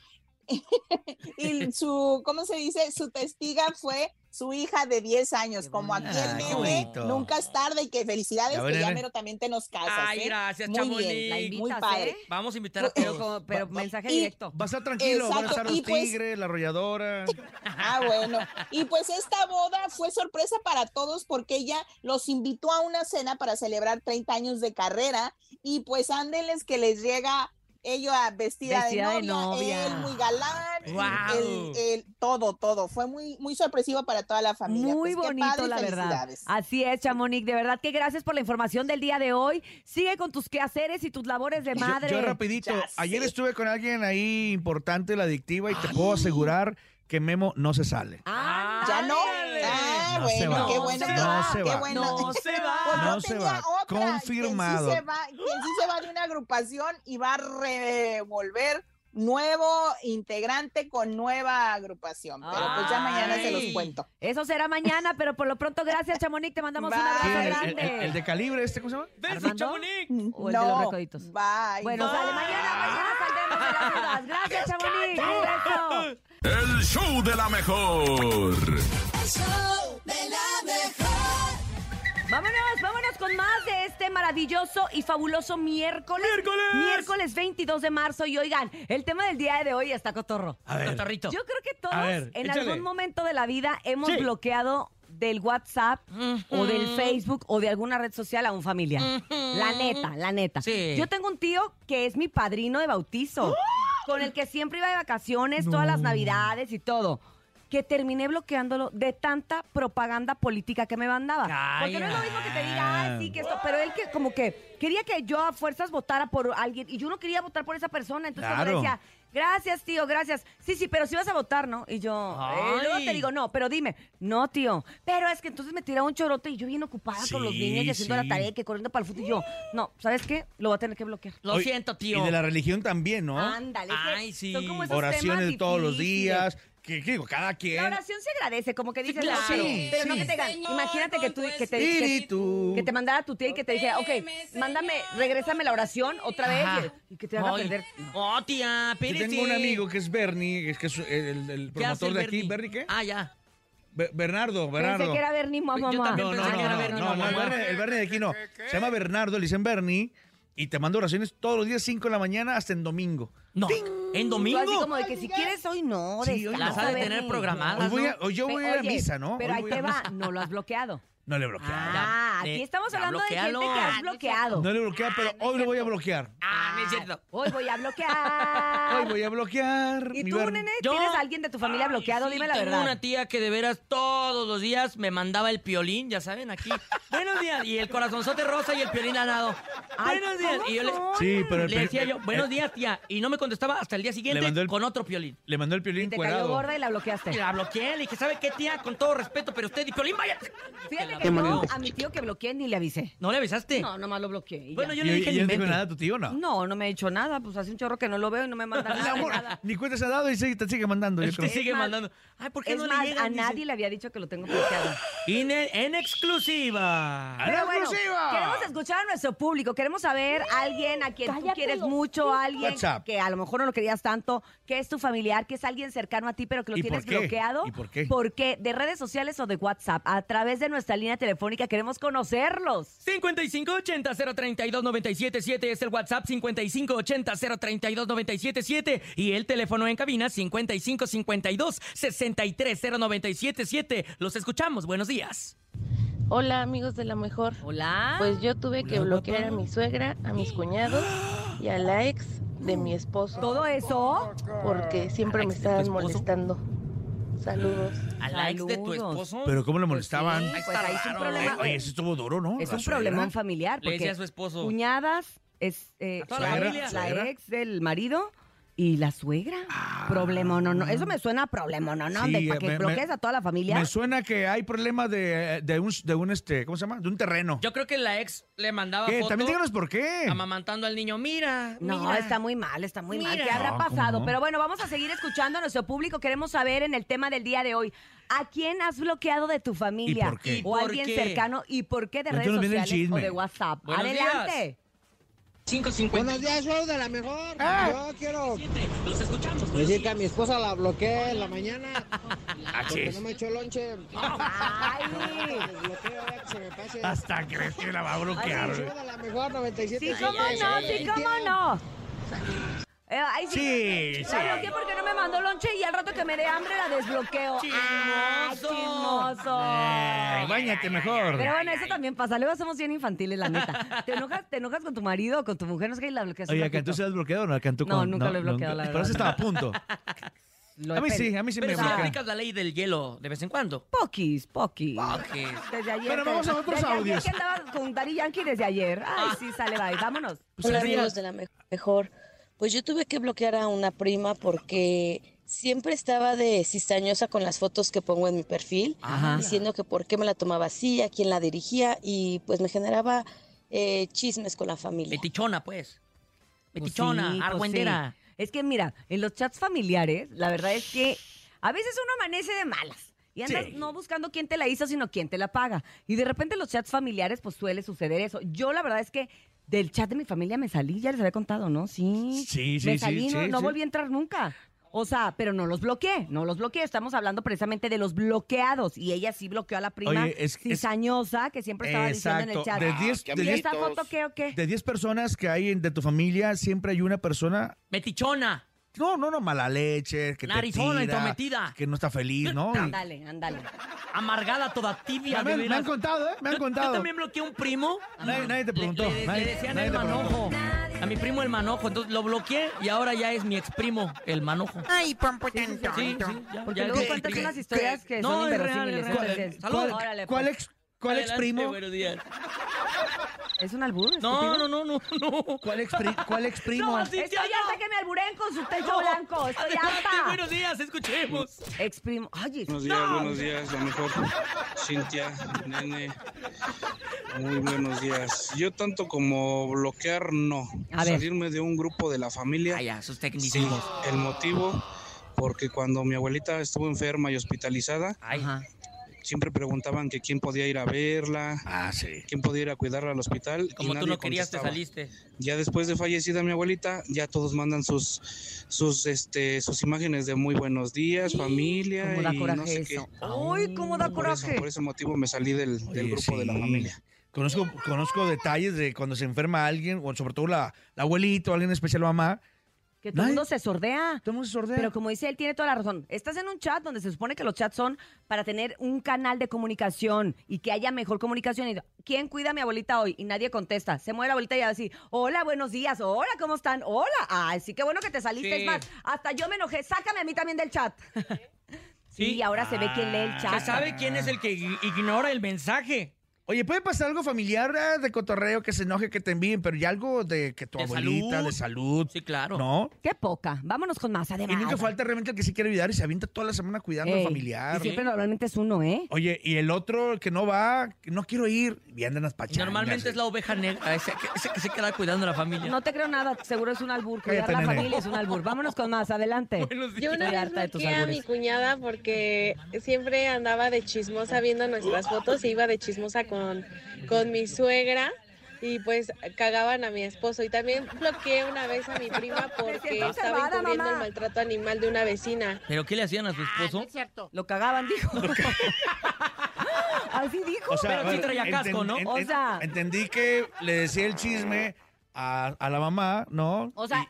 y su, ¿cómo se dice? Su testiga fue su hija de 10 años, como aquí el Ay, Ah, qué meme, bonito. nunca es tarde y que felicidades Ya que ven, ya ven. mero también te nos casas. Ay, ¿eh? gracias, Muy bien, Chamonix. la invitas, muy padre. ¿eh? Vamos a invitar a todos. pero mensaje directo. Va a estar tranquilo, van a estar Exacto, los y pues- tigres, [laughs] la arrolladora. Ah, bueno. Y pues esta boda fue sorpresa para todos porque ella los invitó a una cena para celebrar 30 años de carrera y pues ándeles que les llega ella vestida, Vestida de de, novia, novia. él muy galán, Guau. Mm. el- el- todo, todo. Fue muy, muy sorpresivo para toda la familia. Muy Pues, qué bonito, padre y la verdad. felicidades. Así es, Chamonix. De verdad que gracias por la información del día de hoy. Sigue con tus quehaceres y tus labores de Yo- madre. Yo, rapidito, ayer estuve con alguien ahí importante, la adictiva, y te puedo asegurar que Memo no se sale. Ya no. Ah, No se bueno, va. qué No bueno. qué bueno, se qué va. bueno. [laughs] No se va. Pues No se tenía va. otra. Quien sí Confirmado. se va- Quien sí se va de una agrupación y va a revolver nuevo integrante con nueva agrupación. Pero pues ya mañana se los Ay. cuento. Eso será mañana, pero por lo pronto, gracias, Chamonix. Te mandamos un Bye. Sí, abrazo el, el- grande. el- el de calibre, ¿este cómo se llama? ¿Armando? Mm, ¿O el de los No, recoditos? Bye. Bueno, sale mañana, mañana saldremos de las dudas. Gracias, Chamonix. Un beso. El show de la mejor. El show de la mejor. Vámonos, vámonos con más de este maravilloso y fabuloso miércoles. Miércoles. 22 de marzo. Y oigan, el tema del día de hoy está cotorro. A ver. Cotorrito. Yo creo que todos A ver, en échale. algún momento de la vida hemos Sí. bloqueado del WhatsApp o del Facebook o de alguna red social a un familiar. La neta, la neta. Yo tengo un tío que es mi padrino de bautizo, con el que siempre iba de vacaciones todas las navidades y todo. que terminé bloqueándolo de tanta propaganda política que me mandaba. Porque no es lo mismo que te ah. diga, ay, sí, que esto, pero él que como que quería que yo a fuerzas votara por alguien y yo no quería votar por esa persona, entonces yo Claro. decía, gracias, tío, gracias. Sí, sí, pero si vas a votar, ¿no? Y yo, eh, luego te Ay. digo, no, pero dime, no, tío, pero es que entonces me tiraba un chorote y yo bien ocupada con los Sí, niños y haciendo sí. la tarea y que corriendo para el fútbol y yo, no, ¿sabes qué? Lo voy a tener que bloquear. Lo Oye, siento, tío. Ah, Y de la religión también, ¿no? Ándale, es que Ay, sí. son como esos Oraciones temas todos los difíciles. días. Que que digo, cada quien. La oración se agradece, como que dices, claro. "Ah, pero, Sí, pero no sí. que te digan, Señor, imagínate que tú, que te, que, espíritu. que te mandara tu tía y que te dijera, ok, mándame, regrésame la oración otra vez Ajá. y, y que te haga Ay. perder. Oh, tía, Yo espérate. tengo un amigo que es Bernie, que es, que es el, el ¿Qué hace promotor el de aquí. Bernie? ¿Bernie qué? Ah, ya. Be- Bernardo, Bernardo. Pensé que era Bernie, mamá. Yo también No, no, pensé no, que era no, Bernie, no, mamá. el Bernie- el Bernie de aquí no. Se llama Bernardo, le dicen Bernie, y te manda oraciones todos los días, 5 de la mañana hasta en domingo. No, ¿en Tú así como de que si quieres hoy no, Sí, hoy descansa, no. Las ha de Bernie. tener programadas, Hoy voy ¿no? a- hoy yo Pe- voy a ir a oye, misa, ¿no? Pero Hoy ahí voy a te va, misa. no lo has [laughs] bloqueado. No le bloquea. Ah, aquí estamos ya hablando de gente que bloquealo. has bloqueado. No le bloquea, pero hoy lo voy a bloquear. Ah, no es cierto. Hoy voy [laughs] a bloquear. Hoy voy a bloquear. ¿Y mi tú, Bernie. nene, tienes a alguien de tu familia bloqueado? Dime la Tengo verdad. una tía que de veras todos los días me mandaba el piolín, ya saben, [laughs] aquí. Buenos días. Y el corazonzote rosa y el piolín anado. Ay, Buenos días. ¿cómo Y yo le, son? Sí, pero el le decía yo, piolín- buenos días, tía. Y no me contestaba hasta el día siguiente mandó el- con otro piolín. Le mandó el piolín Te cayó cuerado. gorda y la bloqueaste. Y la bloqueé, le dije, ¿sabe qué, tía? Con todo respeto, pero usted y piolín, vaya. Fíjate que Qué yo manera. a mi tío que bloqueé ni le avisé. ¿No le avisaste? No, nomás lo bloqueé. y ya. Bueno, yo ¿Y- le dije y ni él no dijo mente. nada a tu tío o no? No, no me ha hecho nada. Pues hace un chorro que no lo veo y no me [laughs] manda nada. La mora, nada. ni cuenta se ha dado y se- te sigue mandando. yo Él te creo. Este, sigue Es más, mandando. Ay, ¿por qué es no más, le llegan? a Dice, nadie le había dicho que lo tengo bloqueado. "Ine- en Ah, exclusiva. Pero bueno, queremos escuchar a nuestro público. Queremos saber a alguien a quien tú quieres mucho, a alguien WhatsApp. que a lo mejor no lo querías tanto, que es tu familiar, que es alguien cercano a ti, pero que lo ¿Y por tienes qué? bloqueado. ¿Y por qué? Porque de redes sociales o de WhatsApp, a través de nuestra línea telefónica, queremos conocerlos. 5580-032-977 es el WhatsApp 5580-032-977 y el teléfono en cabina 5552-630977. Los escuchamos, buenos días. Hola amigos de la mejor. Hola. Pues yo tuve que bloquear a mi suegra, a mis cuñados y a la ex de mi esposo. ¿Todo eso? Porque siempre me estaban molestando. Saludos. A la ex de tu esposo. Pero ¿cómo le molestaban? Sí, pues ahí es un problema. Oye, eso estuvo duro, ¿no? Es La un suegra. problemón familiar. Le Porque decía a su esposo. Cuñadas, es, eh, toda la suegra, familia. la Suegra. ex del marido y la suegra. Problema no, no. Eso me suena a problema no, no. Ah. Sí, de, para que me- me- bloquees a toda la familia. Me suena que hay problema de, de un, de un este, ¿cómo se llama? De un terreno. Yo creo que la ex le mandaba ¿Qué? foto También díganos por qué. amamantando al niño. Mira, No, mira. está muy mal, está muy mal. Mira. ¿Qué Ah, habrá No, Ah, ¿cómo pasado? no? Pero bueno, vamos a seguir escuchando a nuestro público. Queremos saber en el tema del día de hoy. ¿A quién has bloqueado de tu familia? ¿Y por qué? ¿Y O por alguien qué? cercano. ¿Y por qué de Ya te redes nos viene el sociales o chisme. de WhatsApp? Buenos Adelante. 550. Buenos días, show de la mejor. Ah. Yo quiero Los escuchamos. decir Pues que a mi esposa la bloqueé en la mañana Ah, porque Ah, no me echó lonche. Ay. ¿eh? Hasta crees que la va a Ay, bloquear. show de la mejor 97. Sí, cómo no, sí, cómo no. Eh, ay, sí. Sí, La sí. bloqueé porque no me mandó lonche y al rato que me dé hambre la desbloqueo. ¡Ay, chismoso! Eh. Ay, Báñate mejor. Pero bueno, eso también pasa. Luego somos bien infantiles, la neta. ¿Te enojas, te enojas con tu marido o con tu mujer? No sé qué y la bloqueas. un Oye, ¿acá tú ratito. se has bloqueado o no? ¿Acá tú No, con- nunca lo he bloqueado, la Pero verdad. eso estaba a punto. Lo A mí he sí, pen- a mí sí me Pero si bloquean. aplicas la ley del hielo de vez en cuando. Poquis, poquis. Porque Desde ayer. Pero que- vamos a otros desde ayer audios. que andaba con Daddy Yankee desde ayer. Ay, sí, sale, bye. Vámonos. Pues, Hola amigos de la me- mejor. Pues yo tuve que bloquear a una prima porque siempre estaba de cizañosa con las fotos que pongo en mi perfil, Ajá. diciendo que por qué me la tomaba así, a quién la dirigía y pues me generaba eh, chismes con la familia. Metichona, pues. Pues Metichona, sí, pues argüendera. sí. Es que mira, en los chats familiares, la verdad es que a veces uno amanece de malas. Y andas Sí. no buscando quién te la hizo, sino quién te la paga. Y de repente en los chats familiares, pues suele suceder eso. Yo la verdad es que del chat de mi familia me salí, ya les había contado, ¿no? Sí. Sí, sí, me sí, salí, no, sí, no sí. volví a entrar nunca. O sea, pero no los bloqueé, no los bloqueé. Estamos hablando precisamente de los bloqueados. Y ella sí bloqueó a la prima Oye, es- es- cizañosa que siempre estaba diciendo en el Exacto, chat. de diez- "Ah, de ¿Y diez- esta foto qué o qué? De 10 personas que hay en- de tu familia, siempre hay una persona... Metichona. No, no, no, mala leche, que Narizona, te tira, entrometida. que no está feliz, ¿no? Y- Ándale, ándale. Amargada toda tibia. Me han- de me veras. han contado, ¿eh? Me han Yo- contado. Yo también bloqueé a un primo. Nadie, nadie te preguntó. Le, le nadie, decían nadie el te preguntó. manojo. A mi primo el manojo, entonces lo bloqueé y ahora ya es mi ex primo el manojo. Ay, pompo tan Sí, sí, ya, Porque ya luego lo cuentas expliqué. unas historias que No, son es real, inverosímiles. es real. ¿eh? entonces, ¿Cuál- salud. cuál- Órale, cuál pues. ex- cuál ex Adelante, primo? buenos días. ¿Es un albur? No, estúpido? no, no, no. ¿Cuál ex, pri- cuál ex primo? No, estoy hasta que me alburen con su techo No, blanco. Estoy adelante, harta. buenos días, escuchemos. Ex primo. Ay, Buenos días, no. buenos días, lo mejor. Cintia, nene. Muy buenos días. Yo tanto como bloquear, no. A ver. Salirme de un grupo de la familia. sus tecnicismos. Sí, el motivo, porque cuando mi abuelita estuvo enferma y hospitalizada, siempre preguntaban que quién podía ir a verla, quién podía ir a cuidarla al hospital. y Como tú nadie no querías, te contestaba saliste. ya después de fallecida mi abuelita, ya todos mandan sus sus este sus imágenes de muy buenos días, familia Cómo da y coraje no sé eso. qué. Ay, cómo da Por eso, coraje. por ese motivo me salí del, del grupo de la Sí. familia. Conozco, conozco detalles de cuando se enferma alguien, o sobre todo la, la abuelita o alguien especial, mamá. Que todo el mundo se sordea. Todo mundo se sordea. Pero como dice él, tiene toda la razón. Estás en un chat donde se supone que los chats son para tener un canal de comunicación y que haya mejor comunicación. Y, ¿Quién cuida a mi abuelita hoy? Y nadie contesta. Se mueve la abuelita y va a decir, hola, buenos días, hola, ¿cómo están? Hola. Ay, sí, qué bueno que te saliste. Sí. Es más, hasta yo me enojé. Sácame a mí también del chat. Sí, y ahora se ve quién lee el chat. Se sabe quién es el que ig- ignora el mensaje. Oye, puede pasar algo familiar ah, de cotorreo que se enoje, que te envíen, pero ya algo de que tu De abuelita, salud. de salud. Sí, claro. ¿No? Qué poca. Vámonos con más, Y además. nunca falta realmente el que se quiere olvidar y se avienta toda la semana cuidando Ey, al familiar. Y siempre normalmente es uno, ¿eh? Oye, y el otro que no va, que no quiero ir, y andan las pachangas. Ah, Normalmente es la oveja negra, ese que ese que se queda cuidando a la familia. No te creo nada, seguro es un albur. Cuidar Cállate, la nene. familia es un albur. Vámonos con más, [laughs] adelante. Yo una Estoy vez harta de tus bloqueé a mi albures. cuñada porque siempre andaba de chismosa viendo nuestras fotos e iba de chismosa con, con mi suegra y pues cagaban a mi esposo. Y también bloqueé una vez a mi [laughs] prima porque siento estaba observada, encubriendo mamá. el maltrato animal de una vecina. ¿Pero qué le hacían a Ah, su esposo? cierto. Lo cagaban, dijo. Así Pues dijo. Pero sí traía enten- casco, ¿no? enten- O sea- Entendí que le decía el chisme a, a la mamá, ¿no? O sea,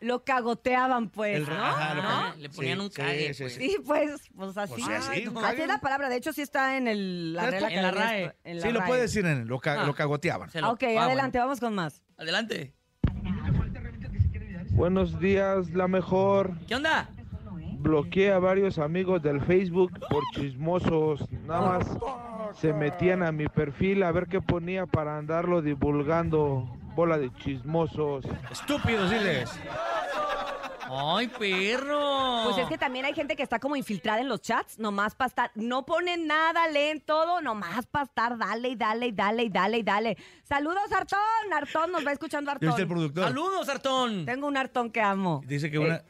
lo cagoteaban, pues, El re- ¿no? ajá, lo ¿No? cagoteaban. Le ponían Sí, un cague, sí, pues. sí, sí. Sí, pues, pues así. Pues sí, así, Ay, un no. cague. Así es la palabra. De hecho, sí está en el, la ¿Sabes Real cómo? En la Academia RAE. Espa- en la sí, lo RAE. puede decir, en lo, ca- Ah. lo cagoteaban. Ah, Ok, adelante, vamos con más. Adelante. Buenos días, la mejor. ¿Qué onda? Bloqueé a varios amigos del Facebook por chismosos. Nada más se metían a mi perfil a ver qué ponía para andarlo divulgando. Bola de chismosos. Estúpidos, diles. ¡Ay, perro! Pues es que también hay gente que está como infiltrada en los chats, nomás para estar, no ponen nada, leen todo, nomás para estar, dale y dale y dale y dale y dale. Saludos, Artón, Artón, nos va escuchando Artón. ¿Viste el productor? Saludos, Artón. Tengo un Artón que amo. Dice que Eh. una.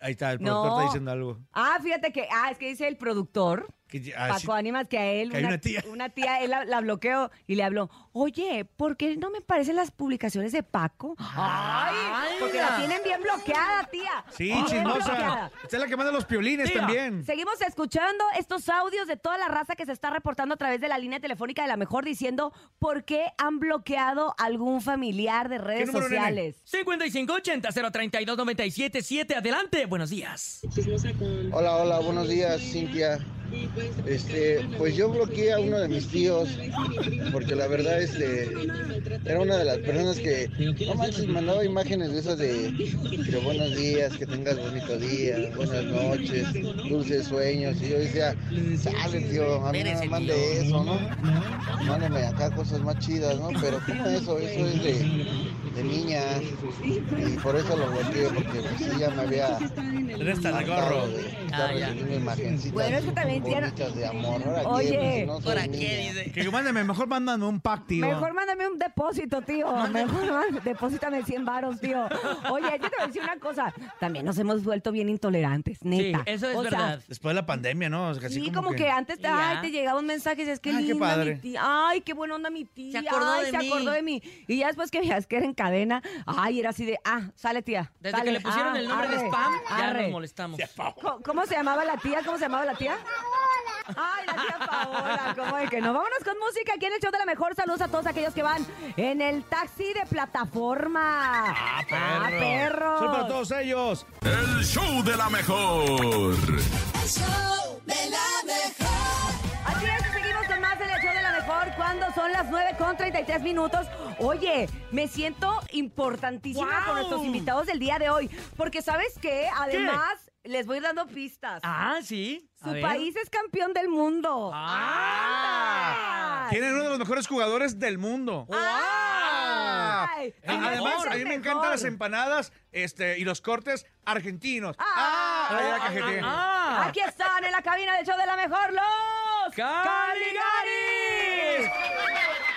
Ahí está, el productor no. está diciendo algo. Ah, fíjate que, ah, es que dice el productor, Que- ah, sí. Paco Ánimas, que a él, que hay una tía. una tía, él la, la bloqueó y le habló, oye, ¿por qué no me parecen las publicaciones de Paco? ¡Ay! Porque la tienen bien bloqueada, tía. Sí, Bien chismosa. bloqueada. Esta es la que manda los piolines también. Seguimos escuchando estos audios de toda la raza que se está reportando a través de la línea telefónica de la mejor diciendo por qué han bloqueado algún familiar de redes sociales. 5580 032 977 adelante. Buenos días. Hola, hola, buenos días, Cintia. Este, pues yo bloqueé a uno de mis tíos porque la verdad este era una de las personas que no manches, mandaba imágenes de esas de, de buenos días, que tengas bonito día, buenas noches, dulces sueños y yo decía, sale tío, a mí no me mande eso, ¿no? Mándame acá cosas más chidas, ¿no? Pero ¿cómo eso? Eso es de, de niñas y por eso lo bloqueé porque pues ella me había Eres talagorro. Ah, ya. Bueno, es que también tiene- de amor. Ahora Oye. qué, pues, si no soy ¿Ahora niña. Que mándame, mejor mándame un pack, tío. Mejor mándame un depósito, tío. Mejor má- depósitame 100 varos, tío. Oye, yo te voy a decir una cosa. También nos hemos vuelto bien intolerantes, neta. O sea, Después de la pandemia, ¿no? O sea, así Sí, como, que, antes te, ay, te llegaba un mensaje y decías, qué Ay, qué linda padre. mi tía, ay, qué buena onda mi tía, Se acordó ay, de se mí. acordó de mí. Y ya después que veías que era en cadena, ay, era así de, ah, sale tía. Desde sale, que le pusieron ah, el nombre de arre, spam, ya arre". nos molestamos. Co- ¿Cómo se llamaba la tía? ¿Cómo se llamaba la tía? Ay, la tía Paola, ¿cómo de que no? Vámonos con música aquí en el show de la mejor. Saludos a todos aquellos que van en el taxi de plataforma. Ah, Ah, perro. Son para todos ellos. El show de la mejor. El show de la mejor. Así es, seguimos con más en el show de la mejor. Cuando son las las 9 con 33 minutos. Oye, me siento importantísima con nuestros invitados del día de hoy. Porque, ¿sabes qué? Además, les voy dando pistas. Ah, sí. A Su ver. Ah. país es campeón del mundo. Tienen uno de los mejores jugadores del mundo. Ah, ¡Ay! Además, Mejor. a mí me encantan las empanadas este, y los cortes argentinos. ¡Ah! Ay, la cajeteé. Aquí están en la cabina del show de la mejor los Caligaris.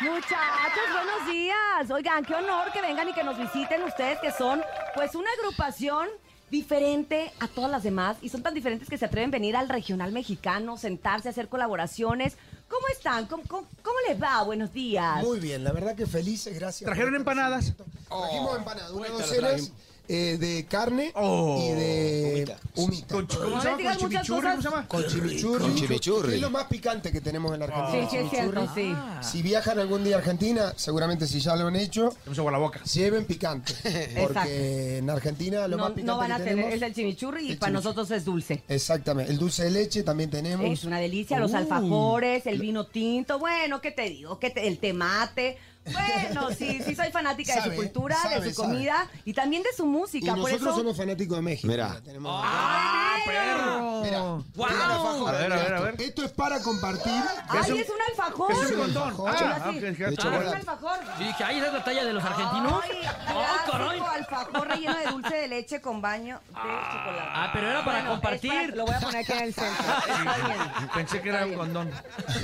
Muchachos, buenos días. Oigan, qué honor que vengan y que nos visiten ustedes que son pues una agrupación diferente a todas las demás y son tan diferentes que se atreven a venir al regional mexicano, sentarse, a hacer colaboraciones. ¿Cómo están? ¿Cómo, cómo- cómo les va? Buenos días. Muy bien, la verdad que felices, gracias. ¿Trajeron empanadas? Oh, Trajimos empanadas, una Cuéntalo, docena traen. eh, de carne y de humita. Oh, Con chi- ¿cómo se llama? Con Con chimichurri, ¿cómo se llama? Con chimichurri. Con chimichurri. que Es lo más picante que tenemos en la Argentina. Sí, sí, es chimichurri. cierto, sí. Ah. Si viajan algún día a Argentina, seguramente si ya lo han hecho, la boca. [laughs] lleven picante. Porque en Argentina lo No, más no picante van a que tener, tenemos es el chimichurri y el para chimichurri. nosotros es dulce. Exactamente. El dulce de leche también tenemos. Es una delicia, los Uh. alfajores, el vino tinto, bueno, ¿qué te digo? ¿Qué te- el temate. Bueno, sí, sí soy fanática de Sabe, su cultura, sabe, de su sabe. comida y también de su música. Y por nosotros eso, Ah, somos fanáticos de México. Mira. perro! Mira, tengo un alfajor. A ver, a ver, a ver. Esto es para compartir. ¡Ay, es un, alfajor! es un montón. Ah, Ah, sí. ok, Ah, de es un chocolate. alfajor. Yo dije, ay, esa es la talla de los argentinos. Ay, ¡Oh, caray! clásico alfajor relleno de dulce de leche con baño de chocolate. Ah, pero era para compartir. lo voy a poner aquí en el centro. Pensé que era un condón.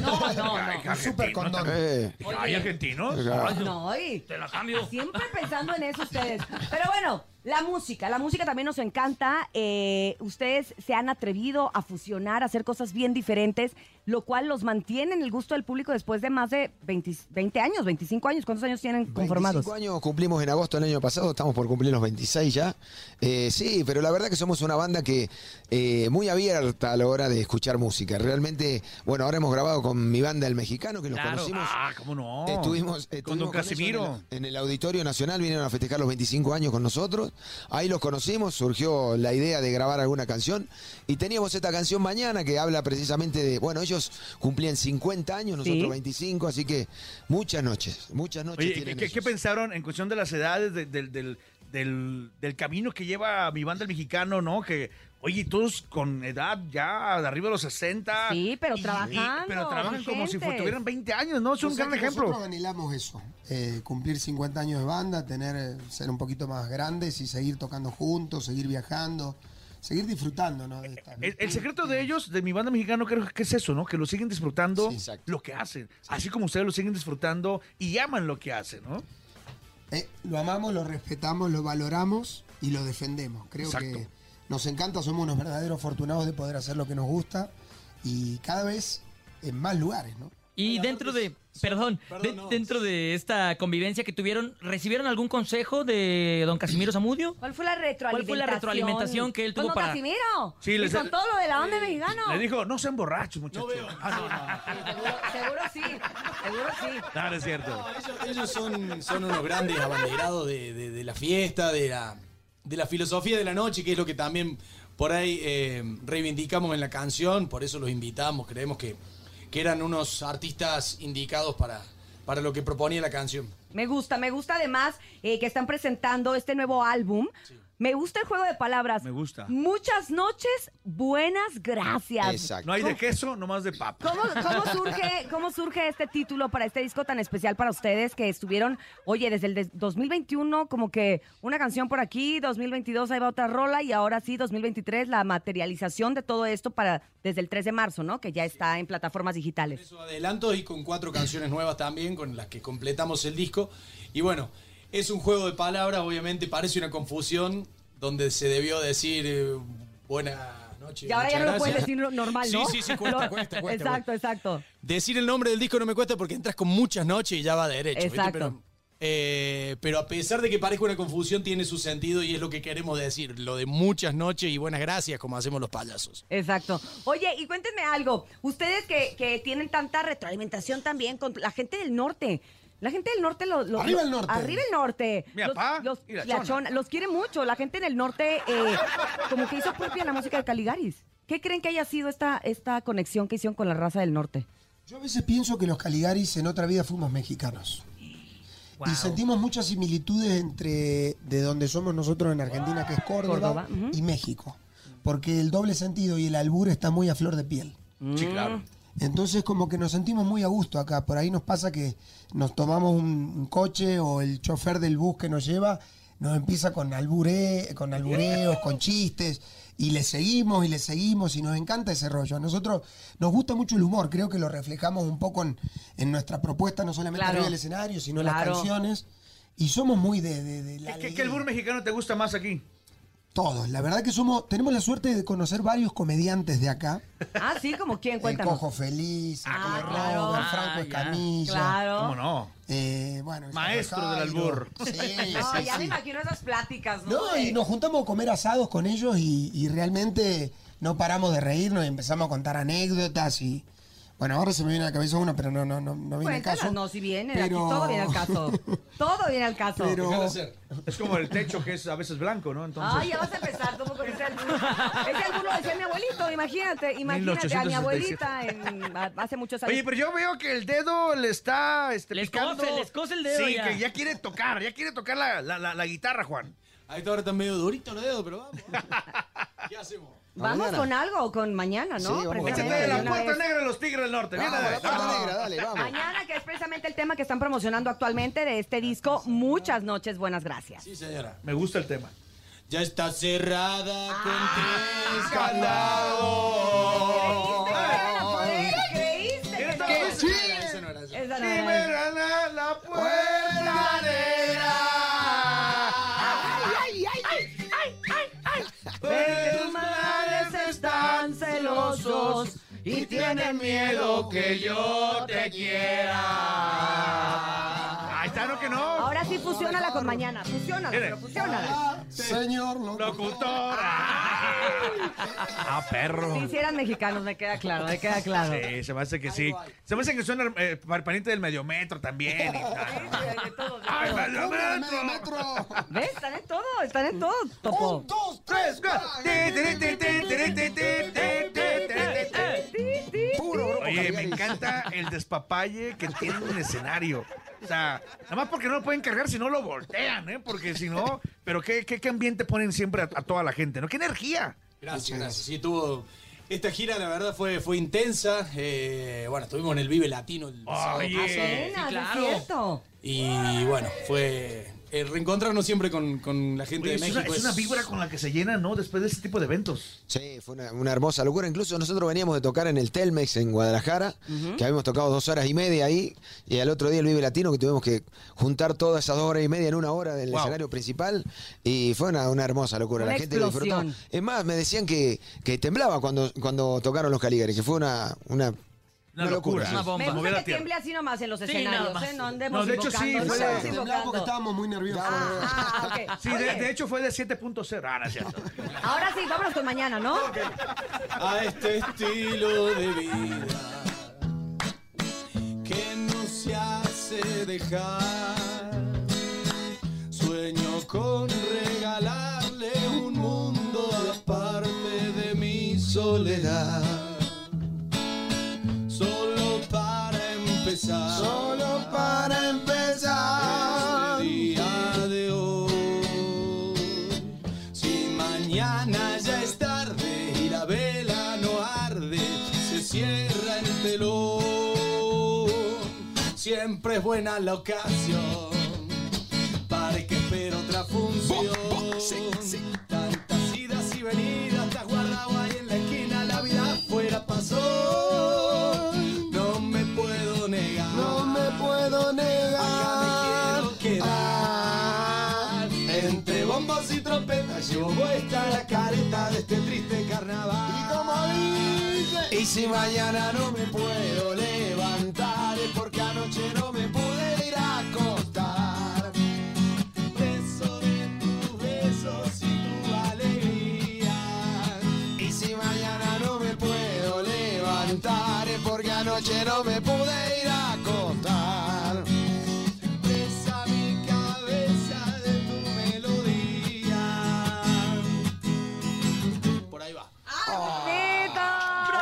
No, no, Ay, no. argentino, supercondón. también. ¿Hay argentinos? Ay, no. No, y Te la cambio. Siempre pensando en eso ustedes. Pero bueno, la música, la música también nos encanta. Eh, ustedes se han atrevido a fusionar, a hacer cosas bien diferentes, lo cual los mantiene en el gusto del público después de más de 20, 20 años, 25 años. ¿Cuántos años tienen conformados? 25 años cumplimos en agosto del año pasado, estamos por cumplir los 26 ya. Eh, sí, pero la verdad que somos una banda que eh, muy abierta a la hora de escuchar música. Realmente, bueno, ahora hemos grabado con mi banda El Mexicano, que los Claro. conocimos. Ah, cómo no. Estuvimos, eh, estuvimos con Don con ellos Casimiro. en el- En, el Auditorio Nacional vinieron a festejar los 25 años con nosotros. Ahí los conocimos, surgió la idea de grabar alguna canción. Y teníamos esta canción mañana que habla precisamente de, bueno, ellos cumplían 50 años, nosotros Sí. 25, así que muchas noches, muchas noches Oye, ¿qué, tienen qué- ellos. qué pensaron en cuestión de las edades, de- del, del- del- del camino que lleva mi banda el mexicano, no? Que, oye, todos con edad ya de arriba de los 60. Sí, pero Y- y- trabajando, pero trabajan como si fu- vigentes. tuvieran 20 años, ¿no? Es un O sea gran que ejemplo. Nosotros anhelamos eso, eh, cumplir 50 años de banda, tener, eh, ser un poquito más grandes y seguir tocando juntos, seguir viajando, seguir disfrutando, ¿no? De esta- El, el secreto de ellos, de mi banda mexicana, creo que es eso, ¿no? Que lo siguen disfrutando lo que hacen. Así como ustedes lo siguen disfrutando y aman lo que hacen, ¿no? Eh, lo amamos, lo respetamos, lo valoramos y lo defendemos. Creo Exacto. que nos encanta, somos unos verdaderos afortunados de poder hacer lo que nos gusta y cada vez en más lugares, ¿no? [laughs] Y dentro de, perdón, de- dentro de esta convivencia que tuvieron, ¿recibieron algún consejo de don Casimiro Zamudio? ¿Cuál fue la retroalimentación? ¿Cuál fue la retroalimentación que él Con tuvo don para- Casimiro? Sí, y les- con todo lo de la onda mexicano. Le dijo, no sean borrachos, muchachos. [laughs] Seguro, seguro sí, seguro sí. No, no es cierto. Ellos son, son unos grandes abanderados de, de- de la fiesta, de la, de la filosofía de la noche, que es lo que también por ahí eh, reivindicamos en la canción, por eso los invitamos, creemos que, que eran unos artistas indicados para, para lo que proponía la canción. Me gusta, me gusta además eh, que están presentando este nuevo álbum. Me gusta el juego de palabras. Me gusta. Muchas noches, buenas gracias. No hay de queso, nomás de papa. ¿Cómo, cómo [laughs] surge, ¿Cómo surge este título para este disco tan especial para ustedes que estuvieron, oye, desde el de- 2021, como que una canción por aquí, 2022 ahí va otra rola y ahora sí, 2023, la materialización de todo esto para desde el 3 de marzo, ¿no? Que ya está en plataformas digitales. adelantos y con cuatro canciones nuevas también, con las que completamos el disco. Y bueno, es un juego de palabras, obviamente parece una confusión, donde se debió decir eh, buena noche. Y ahora muchas ya no lo puedes gracias. decir no- normal, Sí, ¿no? sí, sí, cuesta, Lo- cuesta, cuesta, Exacto, exacto. Decir el nombre del disco no me cuesta porque entras con muchas noches y ya va derecho. ¿viste? Exacto. Pero, eh, pero a pesar de que parezca una confusión, tiene su sentido y es lo que queremos decir, lo de muchas noches y buenas gracias, como hacemos los payasos. Exacto. Oye, y cuéntenme algo. Ustedes que, que tienen tanta retroalimentación también con la gente del norte. La gente del norte los... Arriba el norte. Arriba el norte. Mi los, papá los- y la la chona. chona, Los quiere mucho. La gente del norte eh, como que hizo propia la música de Caligaris. ¿Qué creen que haya sido esta, esta conexión que hicieron con la raza del norte? Yo a veces pienso que los Caligaris en otra vida fuimos mexicanos. Y sentimos muchas similitudes entre de donde somos nosotros en Argentina, que es Córdoba, Córdoba, ujú. y México. Porque el doble sentido y el albur está muy a flor de piel. Sí, claro. Entonces como que nos sentimos muy a gusto acá. Por ahí nos pasa que nos tomamos un, un coche o el chofer del bus que nos lleva nos empieza con, albure, con albureos, con chistes. Y le seguimos y le seguimos y nos encanta ese rollo. A nosotros nos gusta mucho el humor, creo que lo reflejamos un poco en, en nuestra propuesta, no solamente Claro. arriba del escenario, sino en Claro. las canciones. Y somos muy de, de- de la ¿Qué, qué- qué albur mexicano te gusta más aquí? todos. La verdad que somos, tenemos la suerte de conocer varios comediantes de acá. Ah, sí, como quién, El cuéntanos. Cojo Feliz, Nicolás claro. Robert, Ah, Franco ya. Escamilla. Claro. ¿Cómo no? Eh, [laughs] bueno, Maestro del Jairo. albur. Sí, no, sí, ya me sí. imagino esas pláticas, ¿no? No, y nos juntamos a comer asados con ellos y, y realmente no paramos de reírnos y empezamos a contar anécdotas y... Bueno, ahora se me viene a la cabeza una, pero no, no, no, no viene al Cuéntanos, caso. no, si viene, aquí Pero- todo viene al caso. Todo viene al caso. Es como el techo que es a veces blanco, ¿no? Entonces... Ay, ya vas a empezar como con ese albur. Ese albur lo decía mi abuelito, imagínate, imagínate a mi 1867. abuelita en- a- hace muchos años. Oye, pero yo veo que el dedo le está este, Les picando. cose, les cose el dedo Sí, ya. que ya quiere tocar, ya quiere tocar la, la- la- la guitarra, Juan. Ahí ahora está medio durito el dedo, pero vamos. Vamos Mañana. con algo, o con mañana, ¿no? Sí, vamos. Precisamente, Échate de la una puerta vez. negra de los Tigres del Norte. Viene Vamos, de- la puerta vamos. negra, dale, vamos. Mañana, que es precisamente el tema que están promocionando actualmente de este disco, Muchas Noches, Buenas Gracias. Sí, señora. Me gusta el tema. Ya está cerrada con tres candado. ¿Creíste? ¿Qué tal? ¿Qué? Sí. Esa no era, esa no era. Esa no era. Y verán a la puerta negra. Ay, Porque Pues tus madres están celosos y tienen miedo que yo te quiera. Ahí está, no que no. Ahora sí, fusiónala con mañana. Fusiónala, pero fusiónala. Señor Ah, perro. Si hicieran mexicanos, me queda claro, me queda claro. Sí, se me hace que sí. Se me hace que suena eh, par- pariente del mediometro también. y tal. ¡Ay, mediometro! ¿Ves? Están en todo, están en todo, Topo. Un, dos, tres, Oye, me encanta el despapalle que tiene en el escenario. O sea, nada más porque no lo pueden cargar si no lo voltean, ¿eh? Porque si no, pero qué, qué, qué ambiente ponen siempre a, a toda la gente, ¿no? ¡Qué energía! Gracias, gracias. Sí, tuvo. Esta gira, la verdad, fue, fue intensa. Eh, bueno, estuvimos en el Vive Latino el sábado Oye, pasado. Apenas, Sí, es cierto. Y bueno, fue. eh, reencontrarnos siempre con, con la gente Oye, de es, México. una, es una vibra con la que se llena, ¿no? Después de ese tipo de eventos. Sí, fue una, una hermosa locura. Incluso nosotros veníamos de tocar en el Telmex en Guadalajara, Ujú. que habíamos tocado dos horas y media ahí, y al otro día el Vive Latino, que tuvimos que juntar todas esas dos horas y media en una hora del escenario principal, y fue una, una hermosa locura. Una la gente lo explosión. disfrutó. Es más, me decían que, que temblaba cuando, cuando tocaron los Caligaris, que fue una, una, una locura, sí. una Me bomba. Movió gusta la que tierra. tiemble así nomás en los Sí, escenarios, nada más. ¿eh? No andemos No, de hecho, sí, invocando, no fue- andemos temblaba invocando. porque estábamos muy nerviosos. Ah, ah, ok. Sí, de, Oye, de hecho fue de 7.0. Ah, no es cierto. Ahora sí, vámonos con mañana, ¿no? a este estilo de vida que no se hace dejar. Sueño con regalarle un mundo aparte de mi soledad. Solo para empezar. Solo para empezar. Este día de hoy. Si mañana ya es tarde y la vela no arde, se cierra el telón. Siempre es buena la ocasión para que espera otra función. Tantas idas y venidas, te has guardado ahí en la esquina, la vida afuera pasó. No me puedo negar, no me puedo negar. Acá me quiero quedar. Entre bombos y trompetas llevo puesta la careta de este triste carnaval. Y Y si mañana no me puedo levantar es porque anoche no me pude ir a acostar. Beso de tus besos y tu alegría. Y si mañana no me puedo levantar es porque anoche no me pude ir a acostar. Besa mi cabeza de tu melodía. Por ahí va. ¡Neto!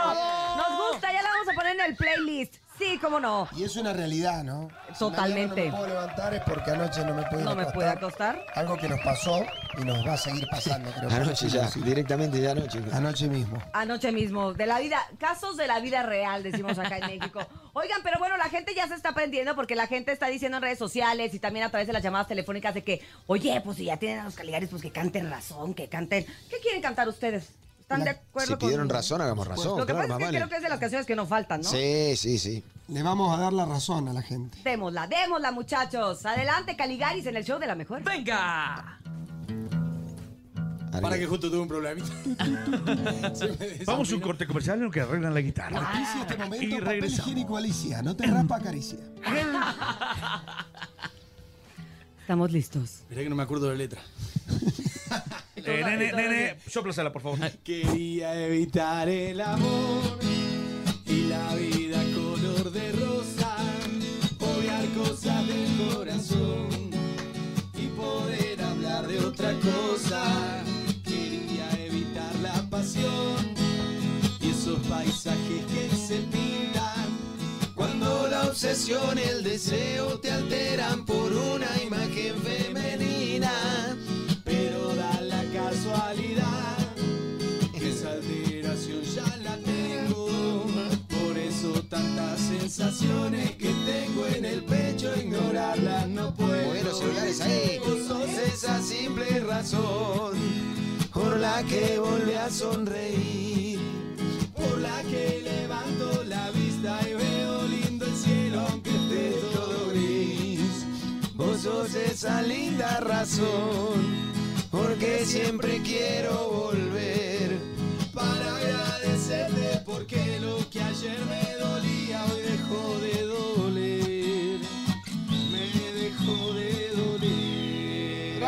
Nos gusta, ya le vamos a poner en el playlist. Sí, cómo no. Y es una realidad, ¿no? Si Totalmente. mañana no me puedo levantar es porque anoche no me pude No me pude acostar. Algo que nos pasó y nos va a seguir pasando, creo. Anoche ya, directamente ya anoche. Anoche mismo. Anoche mismo, de la vida, casos de la vida real, decimos acá en México. Oigan, pero bueno, la gente ya se está aprendiendo porque la gente está diciendo en redes sociales y también a través de las llamadas telefónicas de que, oye, pues si ya tienen a los caligaris, pues que canten razón, que canten. ¿Qué quieren cantar ustedes? ¿Están de acuerdo Si pidieron con- Pues, razón, hagamos razón. Lo que pasa claro, es más que vale. creo que es de las canciones que nos faltan, ¿no? Sí, sí, sí. Le vamos a dar la razón a la gente. Démosla, démosla, muchachos. Adelante, Caligaris en el show de la mejor. ¡Venga! Para que justo tuve un problemita. [laughs] Vamos a un corte comercial en lo que arreglan la guitarra. Alicia, este momento, Y papel regresamos. higiénico, Alicia. No te raspa, Alicia. Estamos listos. Mirá que no me acuerdo de la letra. [laughs] Eh, nene, nene, sóplasela, por favor. Quería evitar el amor y la vida color de rosa, obviar cosas del corazón y poder hablar de otra cosa. Quería evitar la pasión y esos paisajes que se pintan cuando la obsesión, el deseo te alteran por una imagen femenina. Pero da la casualidad que esa alteración ya la tengo. Por eso tantas sensaciones que tengo en el pecho, ignorarlas no puedo. Bueno, señores, ahí. Vos sos esa simple razón por la que volví a sonreír. Por la que levanto la vista y veo lindo el cielo aunque esté todo gris. Vos sos esa linda razón porque siempre quiero volver para agradecerte porque lo que ayer me dolía hoy dejó de doler. Me dejó de doler.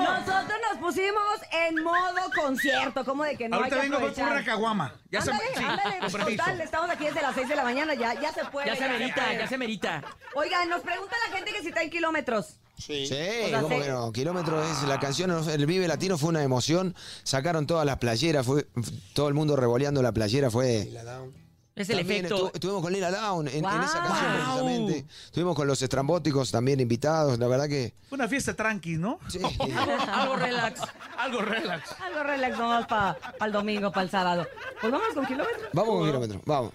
Nosotros nos pusimos en modo concierto, como de que no Ahorita hay que vengo voy por aprovechar. una caguama. Ya se- ándale, sí, ándale, con permiso. total, estamos aquí desde las 6 de la mañana, ya, ya se puede. Ya se merita, ya se merita. Oigan, nos pregunta la gente que si está en kilómetros. Sí, O sea, cómo se- que no. Kilómetros es la canción, el Vive Latino fue una emoción. Sacaron todas las playeras, fue f- todo el mundo revoleando la playera, fue. Es el También efecto. estu- estuvimos con Lila Down en, en esa Guau. canción precisamente. Estuvimos con los estrambóticos también invitados, la verdad que. Fue una fiesta tranqui, ¿no? [laughs] Algo relax. Algo relax. Algo relax nomás para el domingo, para el sábado. Pues vamos con kilómetros. Vamos con kilómetros, vamos.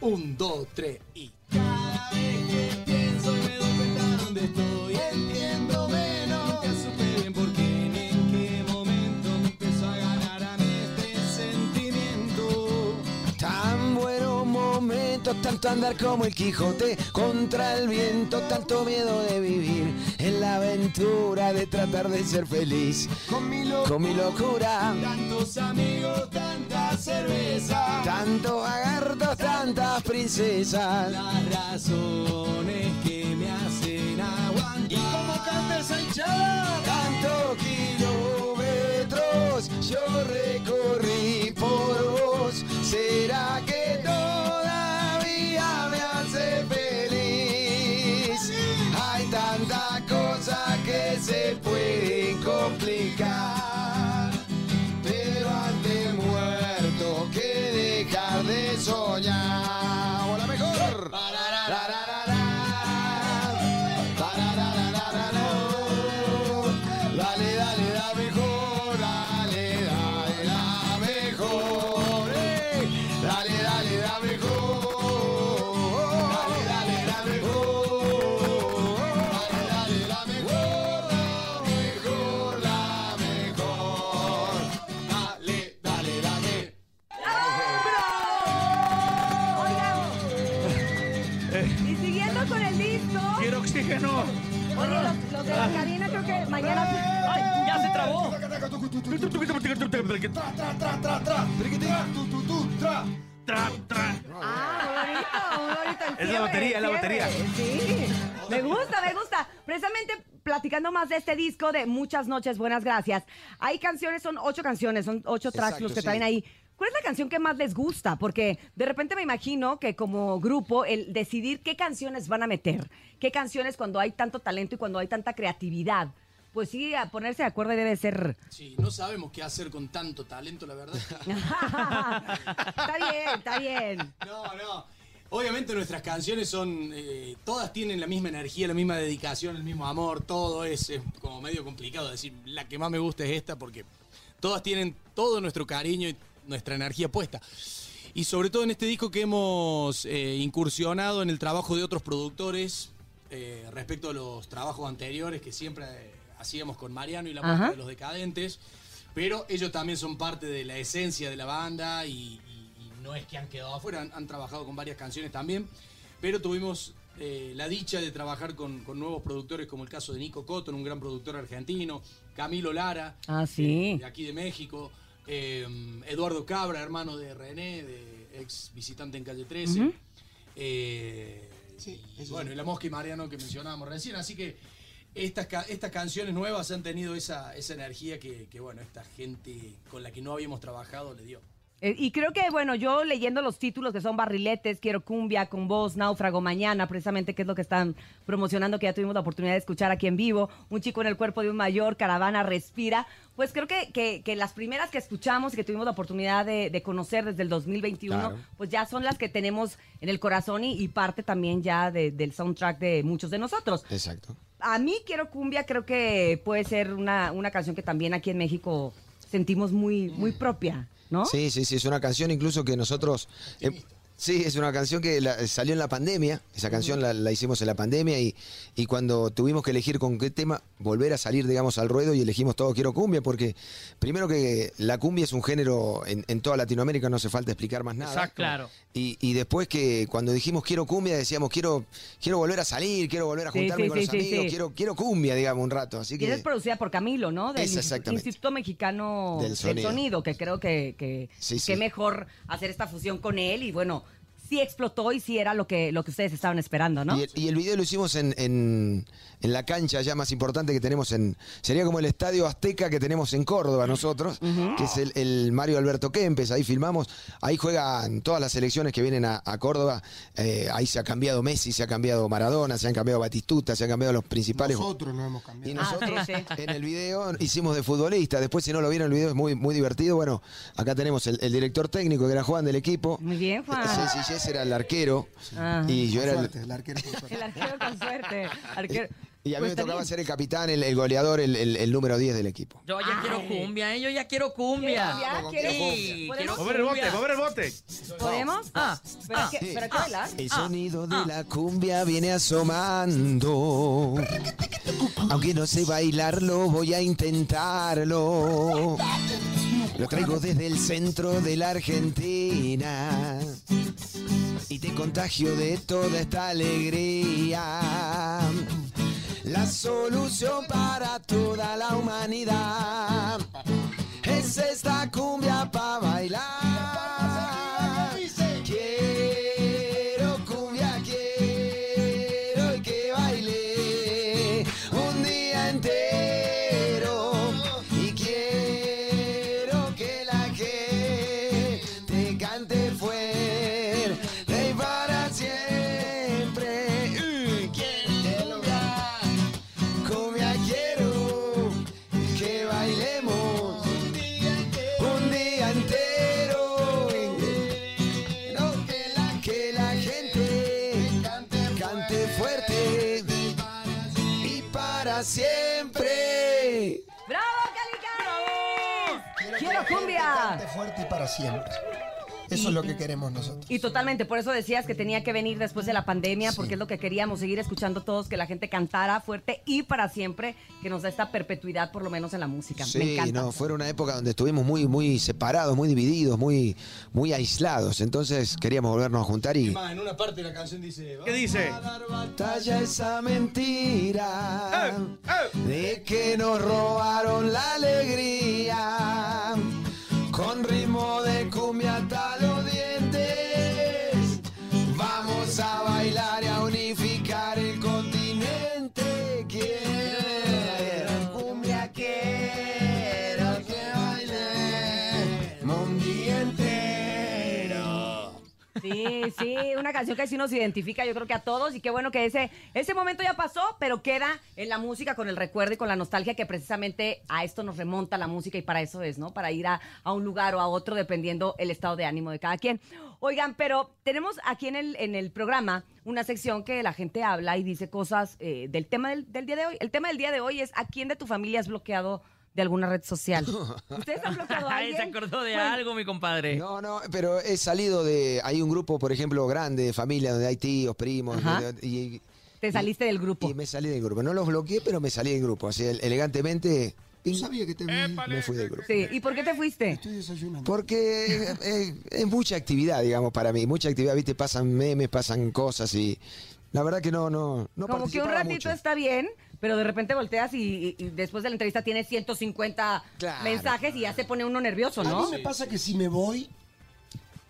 Un, dos, tres y. Cada vez que pienso me doy cuenta dónde estoy. Entiendo menos. Nunca supe bien por qué ni en qué momento me empezó a ganar a mí este sentimiento. Tan buenos momentos, tanto andar como el Quijote contra el viento, tanto miedo de vivir en la aventura de tratar de ser feliz con mi, locura. Tantos amigos, tanta cerveza. Tantos lagartos, tantas princesas. Las razones que me hacen aguantar. Y como canta esa hinchada. Tantos kilómetros yo recorrí por vos. ¿Será que todavía me hace feliz? Hay tantas cosas que se pueden complicar. Pero ante muerto que dejar de soñar. ¡Hola, mejor! Dale, dale, da mejor, dale, dale, da mejor, ey. dale, dale, da mejor, dale, dale, da mejor, dale, dale, da mejor, da mejor, da mejor, dale, dale, dame. Y siguiendo con el disco. Quiero oxígeno. Oye, los, los de la cabina creo que mañana. ¡Ay, ya se trabó! Tra, tra. Ah, muy bonito, muy bonito el Es la cierre, batería, es la el batería. cierre. Sí, me gusta, me gusta. Precisamente platicando más de este disco de Muchas Noches, Buenas Gracias. Hay canciones, son ocho canciones, son ocho tracks Exacto, los que sí. traen ahí. ¿Cuál es la canción que más les gusta? Porque de repente me imagino que como grupo el decidir qué canciones van a meter, qué canciones cuando hay tanto talento y cuando hay tanta creatividad, pues sí, a ponerse de acuerdo debe ser. Sí, no sabemos qué hacer con tanto talento, la verdad. [laughs] está bien, está bien. No, no. Obviamente nuestras canciones son, eh, todas tienen la misma energía, la misma dedicación, el mismo amor, todo es, es como medio complicado decir, la que más me gusta es esta porque todas tienen todo nuestro cariño y nuestra energía puesta. Y sobre todo en este disco que hemos eh, incursionado en el trabajo de otros productores eh, respecto a los trabajos anteriores que siempre eh, hacíamos con Mariano y la banda Ajá. de los decadentes, pero ellos también son parte de la esencia de la banda y, y- y no es que han quedado afuera, han, han trabajado con varias canciones también, pero tuvimos eh, la dicha de trabajar con, con nuevos productores como el caso de Nico Cotton, un gran productor argentino, Camilo Lara, eh, Ah, sí. de aquí de México. eh, Eduardo Cabra, hermano de René, de ex visitante en calle 13. Ujú. eh, y, bueno, y la mosca y Mariano que mencionábamos recién. Así que estas, ca- estas canciones nuevas han tenido esa, esa energía que, que, bueno, esta gente con la que no habíamos trabajado le dio. Eh, Y creo que, bueno, yo leyendo los títulos que son Barriletes, Quiero Cumbia, Con Voz, Náufrago, Mañana, precisamente, que es lo que están promocionando, que ya tuvimos la oportunidad de escuchar aquí en vivo, Un chico en el cuerpo de un mayor, Caravana, Respira, pues creo que, que- que las primeras que escuchamos y que tuvimos la oportunidad de, de conocer desde el 2021, Claro. pues ya son las que tenemos en el corazón y, y parte también ya de- del soundtrack de muchos de nosotros. Exacto. A mí Quiero Cumbia creo que puede ser una, una canción que también aquí en México sentimos muy, muy propia. Sí, sí, sí, es una canción incluso que nosotros... eh, sí, es una canción que la- salió en la pandemia, esa canción la, la hicimos en la pandemia y, y cuando tuvimos que elegir con qué tema volver a salir, digamos, al ruedo y elegimos todo Quiero Cumbia, porque primero que la cumbia es un género en, en toda Latinoamérica, no hace falta explicar más nada. Exacto. Claro. Y, y después que cuando dijimos quiero cumbia, decíamos quiero, quiero volver a salir, quiero volver a Sí, juntarme sí, con sí, los sí, amigos, sí. Quiero, quiero cumbia, digamos, un rato. Así Y esa es que producida por Camilo, ¿no? Del Esa, exactamente. Instituto Mexicano Del del Sonido, Sonido. que creo que, que, Sí, que sí. mejor hacer esta fusión con él. Y bueno, sí explotó y sí era lo que, lo que ustedes estaban esperando, ¿no? Y el, y el video lo hicimos en, en- en la cancha ya más importante que tenemos en. Sería como el estadio Azteca que tenemos en Córdoba nosotros, que es el, el Mario Alberto Kempes. Ahí filmamos. Ahí juegan todas las selecciones que vienen a, a Córdoba. Eh, ahí se ha cambiado Messi, se ha cambiado Maradona, se han cambiado Batistuta, se han cambiado los principales. Nosotros no hemos cambiado. Y Ah, nosotros en el video hicimos de futbolista. Después, si no lo vieron, el video es muy, muy divertido. Bueno, acá tenemos el, el director técnico que era Juan del equipo. Muy bien, Juan. Ceci Yes era el arquero. Ah. Y yo Con era el- El arquero con suerte. El arquero con suerte. Arquero- y a mí Pues me está tocaba bien. ser el capitán, el, el goleador, el, el- el número 10 del equipo. Yo ya quiero cumbia, ¿eh? Yo ya quiero cumbia. Quiero- ya quiero Sí, cumbia. quiero Mover el bote, cumbia. mover el bote. ¿Podemos? Ah, ¿Pero, ah, qué, sí. pero hay que bailar? El sonido Ah. de la cumbia viene asomando. Aunque no sé bailarlo, voy a intentarlo. Lo traigo desde el centro de la Argentina. Y te contagio de toda esta alegría. La solución para toda la humanidad es esta cumbia para bailar. Quiero cumbia, quiero y que baile un día entero. Y quiero que la gente cante fuerte y para siempre. Mm, Quiero cumbia, quiero que bailemos un día entero. Quiero que la, que la gente cante fuerte y para siempre. ¡Bravo, Calicaris! ¡Quiero cumbia! fuerte y para siempre. Eso es lo que queremos nosotros. Y totalmente, por eso decías que tenía que venir después de la pandemia, porque es lo que queríamos, seguir escuchando todos, que la gente cantara fuerte y para siempre, que nos da esta perpetuidad, por lo menos en la música. Me Sí, encanta. no, fuera una época donde estuvimos muy, muy separados, muy divididos, muy, muy aislados. Entonces queríamos volvernos a juntar y. Más, en una parte de la canción dice... ¿Qué dice? Batalla esa mentira eh. de que nos robaron la alegría. Con ritmo de cumbia hasta los dientes, vamos a bailar y a unificar el continente. Quiero cumbia, quiero que bailemos un día entero. Sí, sí, una canción que sí nos identifica, yo creo que a todos, y qué bueno que ese, ese momento ya pasó, pero queda en la música con el recuerdo y con la nostalgia que precisamente a esto nos remonta la música y para eso es, ¿no? Para ir a, a un lugar o a otro dependiendo el estado de ánimo de cada quien. Oigan, pero tenemos aquí en el, en el programa una sección que la gente habla y dice cosas eh, del tema del, del día de hoy. El tema del día de hoy es ¿a quién de tu familia has bloqueado de alguna red social? ¿Ustedes han bloqueado a Ay, se alguien? acordó de algo, mi compadre. Eh, No, no, pero he salido de. Hay un grupo, por ejemplo, grande de familia, donde hay tíos, primos. Ajá. y- y- Te saliste del grupo. Y me salí del grupo. No los bloqueé, pero me salí del grupo. Así ele- elegantemente. ping, me fui del grupo. Sí, ¿y por qué te fuiste? Porque eh, eh, es mucha actividad, digamos, para mí. Mucha actividad, viste, pasan memes, pasan cosas y. La verdad que no, no, no Como que un participaba ratito mucho. está bien, pero de repente volteas y, y- y después de la entrevista tienes 150 mensajes y ya se pone uno nervioso, A ¿no? mí me pasa que si me voy,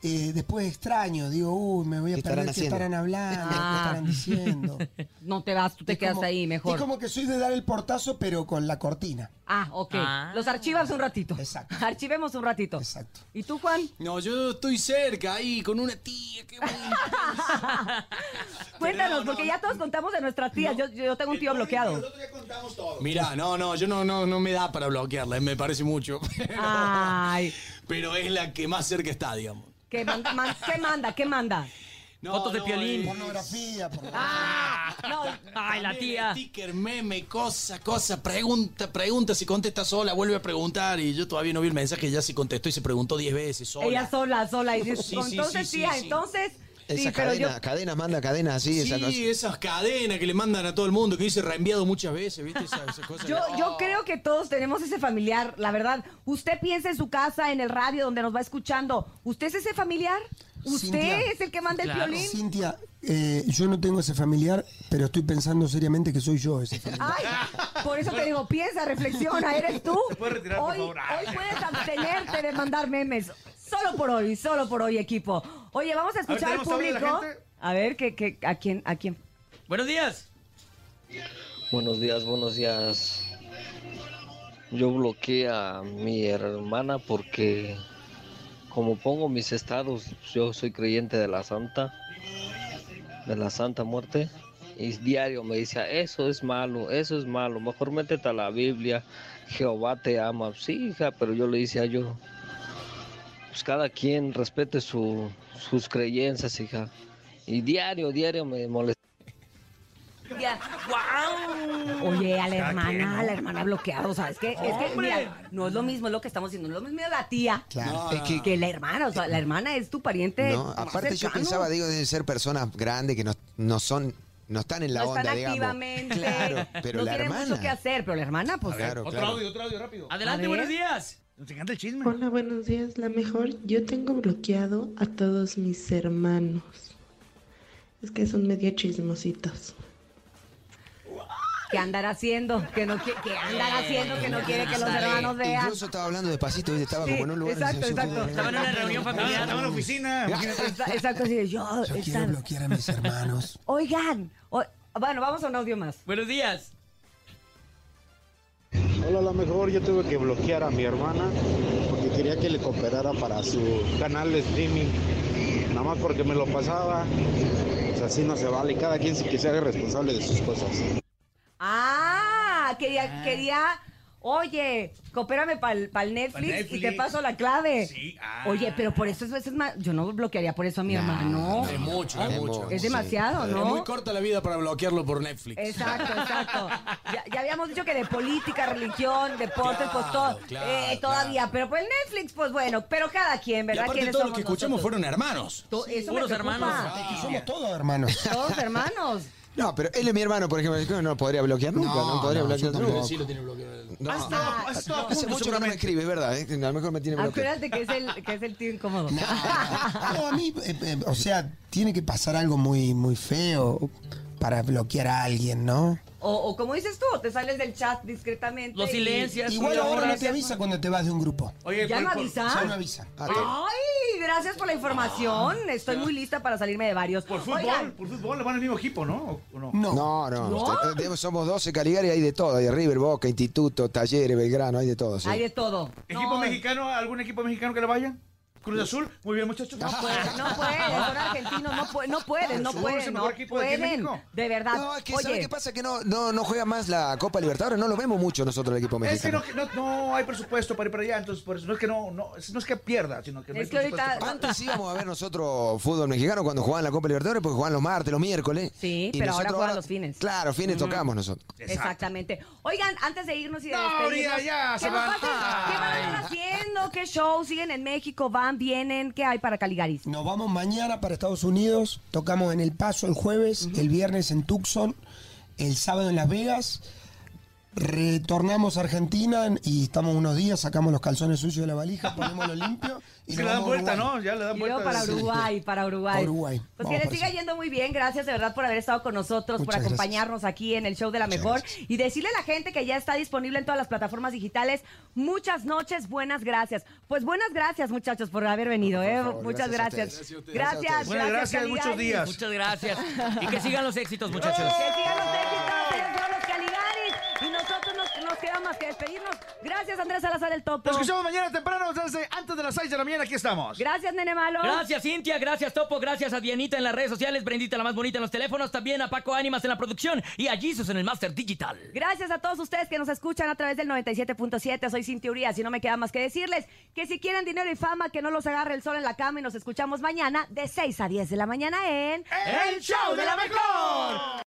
eh, después extraño. Digo, uy, me voy a ¿Qué perder estarán qué haciendo? estarán hablando, Ah. qué estarán diciendo. No te vas, tú [laughs] te Es quedas como- ahí mejor. Es como que soy de dar el portazo, pero con la cortina. Ah, ok. Ah. Los archivas un ratito. Exacto. [laughs] Archivemos un ratito. Exacto. ¿Y tú, Juan? No, yo estoy cerca ahí con una tía. Que... [laughs] Cuéntanos, porque ya todos contamos de nuestras tías. Yo, yo tengo un tío bloqueado. Mira, no, no, yo no, no, no me da para bloquearla, eh, me parece mucho. [laughs] Pero, Ay, pero es la que más cerca está, digamos. ¿qué manda? man- ¿Qué manda? ¿Qué manda? Fotos de Piolín. Pornografía, por Ah. Ay, la tía. Sticker, meme, cosa, cosa, pregunta, pregunta. Si contesta sola, vuelve a preguntar. Y yo todavía no vi el mensaje, ya se contestó y se preguntó 10 veces [laughs] sola. Ella sola, sola. Y dices, Sí, sí, entonces, sí, sí, tía, sí. entonces. Esas sí, pero yo. cadenas, cadenas, manda cadenas así. Sí, esas cosas. esas cadenas que le mandan a todo el mundo, que dice reenviado muchas veces, ¿viste? Esas, esas cosas. Yo, que- yo creo que todos tenemos ese familiar, la verdad. Usted piensa en su casa, en el radio, donde nos va escuchando. ¿Usted es ese familiar? ¿Usted Cintia. es el que manda el violín? Cintia, eh, yo no tengo ese familiar, pero estoy pensando seriamente que soy yo ese familiar. [laughs] Ay, por eso te digo, piensa, reflexiona, eres tú. hoy, hoy [laughs] puedes abstenerte de mandar memes. Solo por hoy, solo por hoy, equipo. Oye, vamos a escuchar al ¿tenemos audio de la público. gente? A ver, que, que, ¿a quién? ¿A quién? Buenos días. Buenos días, buenos días. Yo bloqueé a mi hermana porque como pongo mis estados, yo soy creyente de la Santa, de la Santa Muerte, y diario me dice, eso es malo, eso es malo, mejor métete a la Biblia, Jehová te ama. Sí, hija, pero yo le decía yo, pues cada quien respete su- sus creencias, hija. Y diario, diario me molesta. Ya. Oye, a la Cada hermana, quien, ¿no? a la hermana bloqueado, ¿sabes qué? Es que ¡Hombre! mira, no es lo mismo lo que estamos haciendo, no es lo mismo la tía Claro. que, Es que- la hermana, o sea, la hermana es tu pariente. No, más aparte yo cercano. pensaba, digo, deben ser personas grandes que no, no son, no están en la no onda, están digamos. activamente. Claro, pero no la tienen hermana. mucho que hacer, pero la hermana, pues. Claro, Otro claro. audio, otro audio rápido. Adelante, A ver. buenos días. Nos encanta el chisme. Hola, buenos días. La mejor, yo tengo bloqueado a todos mis hermanos. Es que son medio chismositos. ¿Qué andará haciendo? Que no qui- que andará haciendo que no quiere que los Ándale. hermanos vean. Incluso estaba hablando despacito, ¿viste? estaba Sí, como en un lugar. exacto, exacto. Estaba en una reunión familiar. Estaba en la oficina. Exa- Exacto, así de, yo, Yo quiero están- bloquear a mis hermanos. [laughs] Oigan, o- bueno, vamos a un audio más. Buenos días. Hola, a lo mejor yo tuve que bloquear a mi hermana porque quería que le cooperara para su canal de streaming. Nada más porque me lo pasaba. Pues así no se vale. Cada quien que se haga responsable de sus cosas. Ah, quería, quería, oye, coopérame para el Netflix, y te Netflix. paso la clave. Oye, pero por eso es, veces más, yo no bloquearía por eso a mi hermano. Es mucho, es mucho. Es demasiado, ¿no? Es muy corta la vida para bloquearlo por Netflix. Exacto, exacto. Ya, ya habíamos dicho que de política, religión, deportes, pues todo, claro, eh, todavía, pero por el Netflix, pues bueno, pero cada quien, Y ¿verdad? aparte ¿Quiénes todos los somos que escuchamos nosotros? fueron hermanos. To- eso me puros preocupa. hermanos. Somos todos hermanos. Todos hermanos. No, pero él es mi hermano, por ejemplo, yo no lo podría bloquear nunca, no, No, podría no, bloquear yo nunca. tampoco. Sí lo tiene bloqueado. No. Has estado- has estado a Hace punto, mucho que no me seguramente. escribe, es verdad, eh, a lo mejor me tiene bloqueado. Acuérdate que es el, que es el tío incómodo. [laughs] No, a mí, eh, eh, o sea, tiene que pasar algo muy, muy feo para bloquear a alguien, ¿no? O, o como dices tú, te sales del chat discretamente. y- Igual ahora no te avisa cuando te vas de un grupo. Eh, ¿Ya no Ah. avisa? Ya no avisa. Ah, Ay, gracias por la información. Estoy muy lista para salirme de varios. Por fútbol, Oigan, por fútbol, le van al mismo equipo, ¿no? ¿O no? No, no, ¿No? Usted- tenemos- somos 12 Caligari, hay de todo, hay de River, Boca, Instituto, Talleres, Belgrano, hay de todo. sí. hay de todo. ¿Equipo mexicano? ¿Algún equipo mexicano que le vaya? Cruz Azul. Muy bien, muchachos. No pueden, no pueden, [laughs] son argentinos, no, pueden, no pueden, no Azul, es pueden, el no mejor equipo de aquí en pueden, México. de verdad. No, es que ¿sabe Oye, qué pasa? Que no, no, no juega más la Copa Libertadores, no lo vemos mucho nosotros el equipo Es que mexicano. no, no, no hay presupuesto para ir para allá, entonces por eso no es que no, no, es- no es que pierda, sino que no hay presupuesto para- Antes íbamos a ver nosotros fútbol mexicano cuando jugaban la Copa Libertadores, porque jugaban los martes, los miércoles. Sí, Y pero ahora nosotros juegan los fines. Claro, fines Ujú. tocamos nosotros. Exactamente. Oigan, antes de irnos y de No, despedirnos, ahorita ya ¿qué se nos van. pasen- ¿Qué van a estar haciendo? ¿Qué show? ¿Siguen en México? ¿Van? ¿Vienen? ¿Qué hay para Caligaris? Nos vamos mañana para Estados Unidos, tocamos en El Paso el jueves, el viernes en Tucson, el sábado en Las Vegas, retornamos a Argentina y estamos unos días, sacamos los calzones sucios de la valija, ponémoslo limpio y Se nos le dan vamos a vuelta, Uruguay. ¿no? Ya le dan Y luego vuelta. para Sí. Uruguay, para Uruguay. A Uruguay. Pues Vamos que les para siga yendo muy bien. Gracias de verdad por haber estado con nosotros, por Muchas gracias. acompañarnos aquí en el show de la mejor. Y decirle a la gente que ya está disponible en todas las plataformas digitales. Muchas noches, buenas gracias. Pues buenas gracias, muchachos, por haber venido. ¿eh? favor, Muchas gracias a gracias. ustedes. Gracias. Gracias a ustedes. Gracias, Buenas gracias, muchos Caligaris. días. Muchas gracias. Y que sigan los éxitos, muchachos. Que sigan los éxitos. Ustedes fueron los Caligaris. Y nosotros nos, nos queda más que despedirnos. Gracias, Andrés Salazar el Topo. Nos escuchamos mañana temprano, desde antes de las 6 de la mañana, aquí estamos. Gracias, Nene Malo. Gracias, Cintia. Gracias, Topo. Gracias a Dianita en las redes sociales. Brendita, la más bonita en los teléfonos. También a Paco Ánimas en la producción. Y a Jesus en el Master Digital. Gracias a todos ustedes que nos escuchan a través del 97.7. Soy Cintia Urias y no me queda más que decirles que si quieren dinero y fama, que no los agarre el sol en la cama y nos escuchamos mañana de 6 a 10 de la mañana en... ¡El show de la mejor!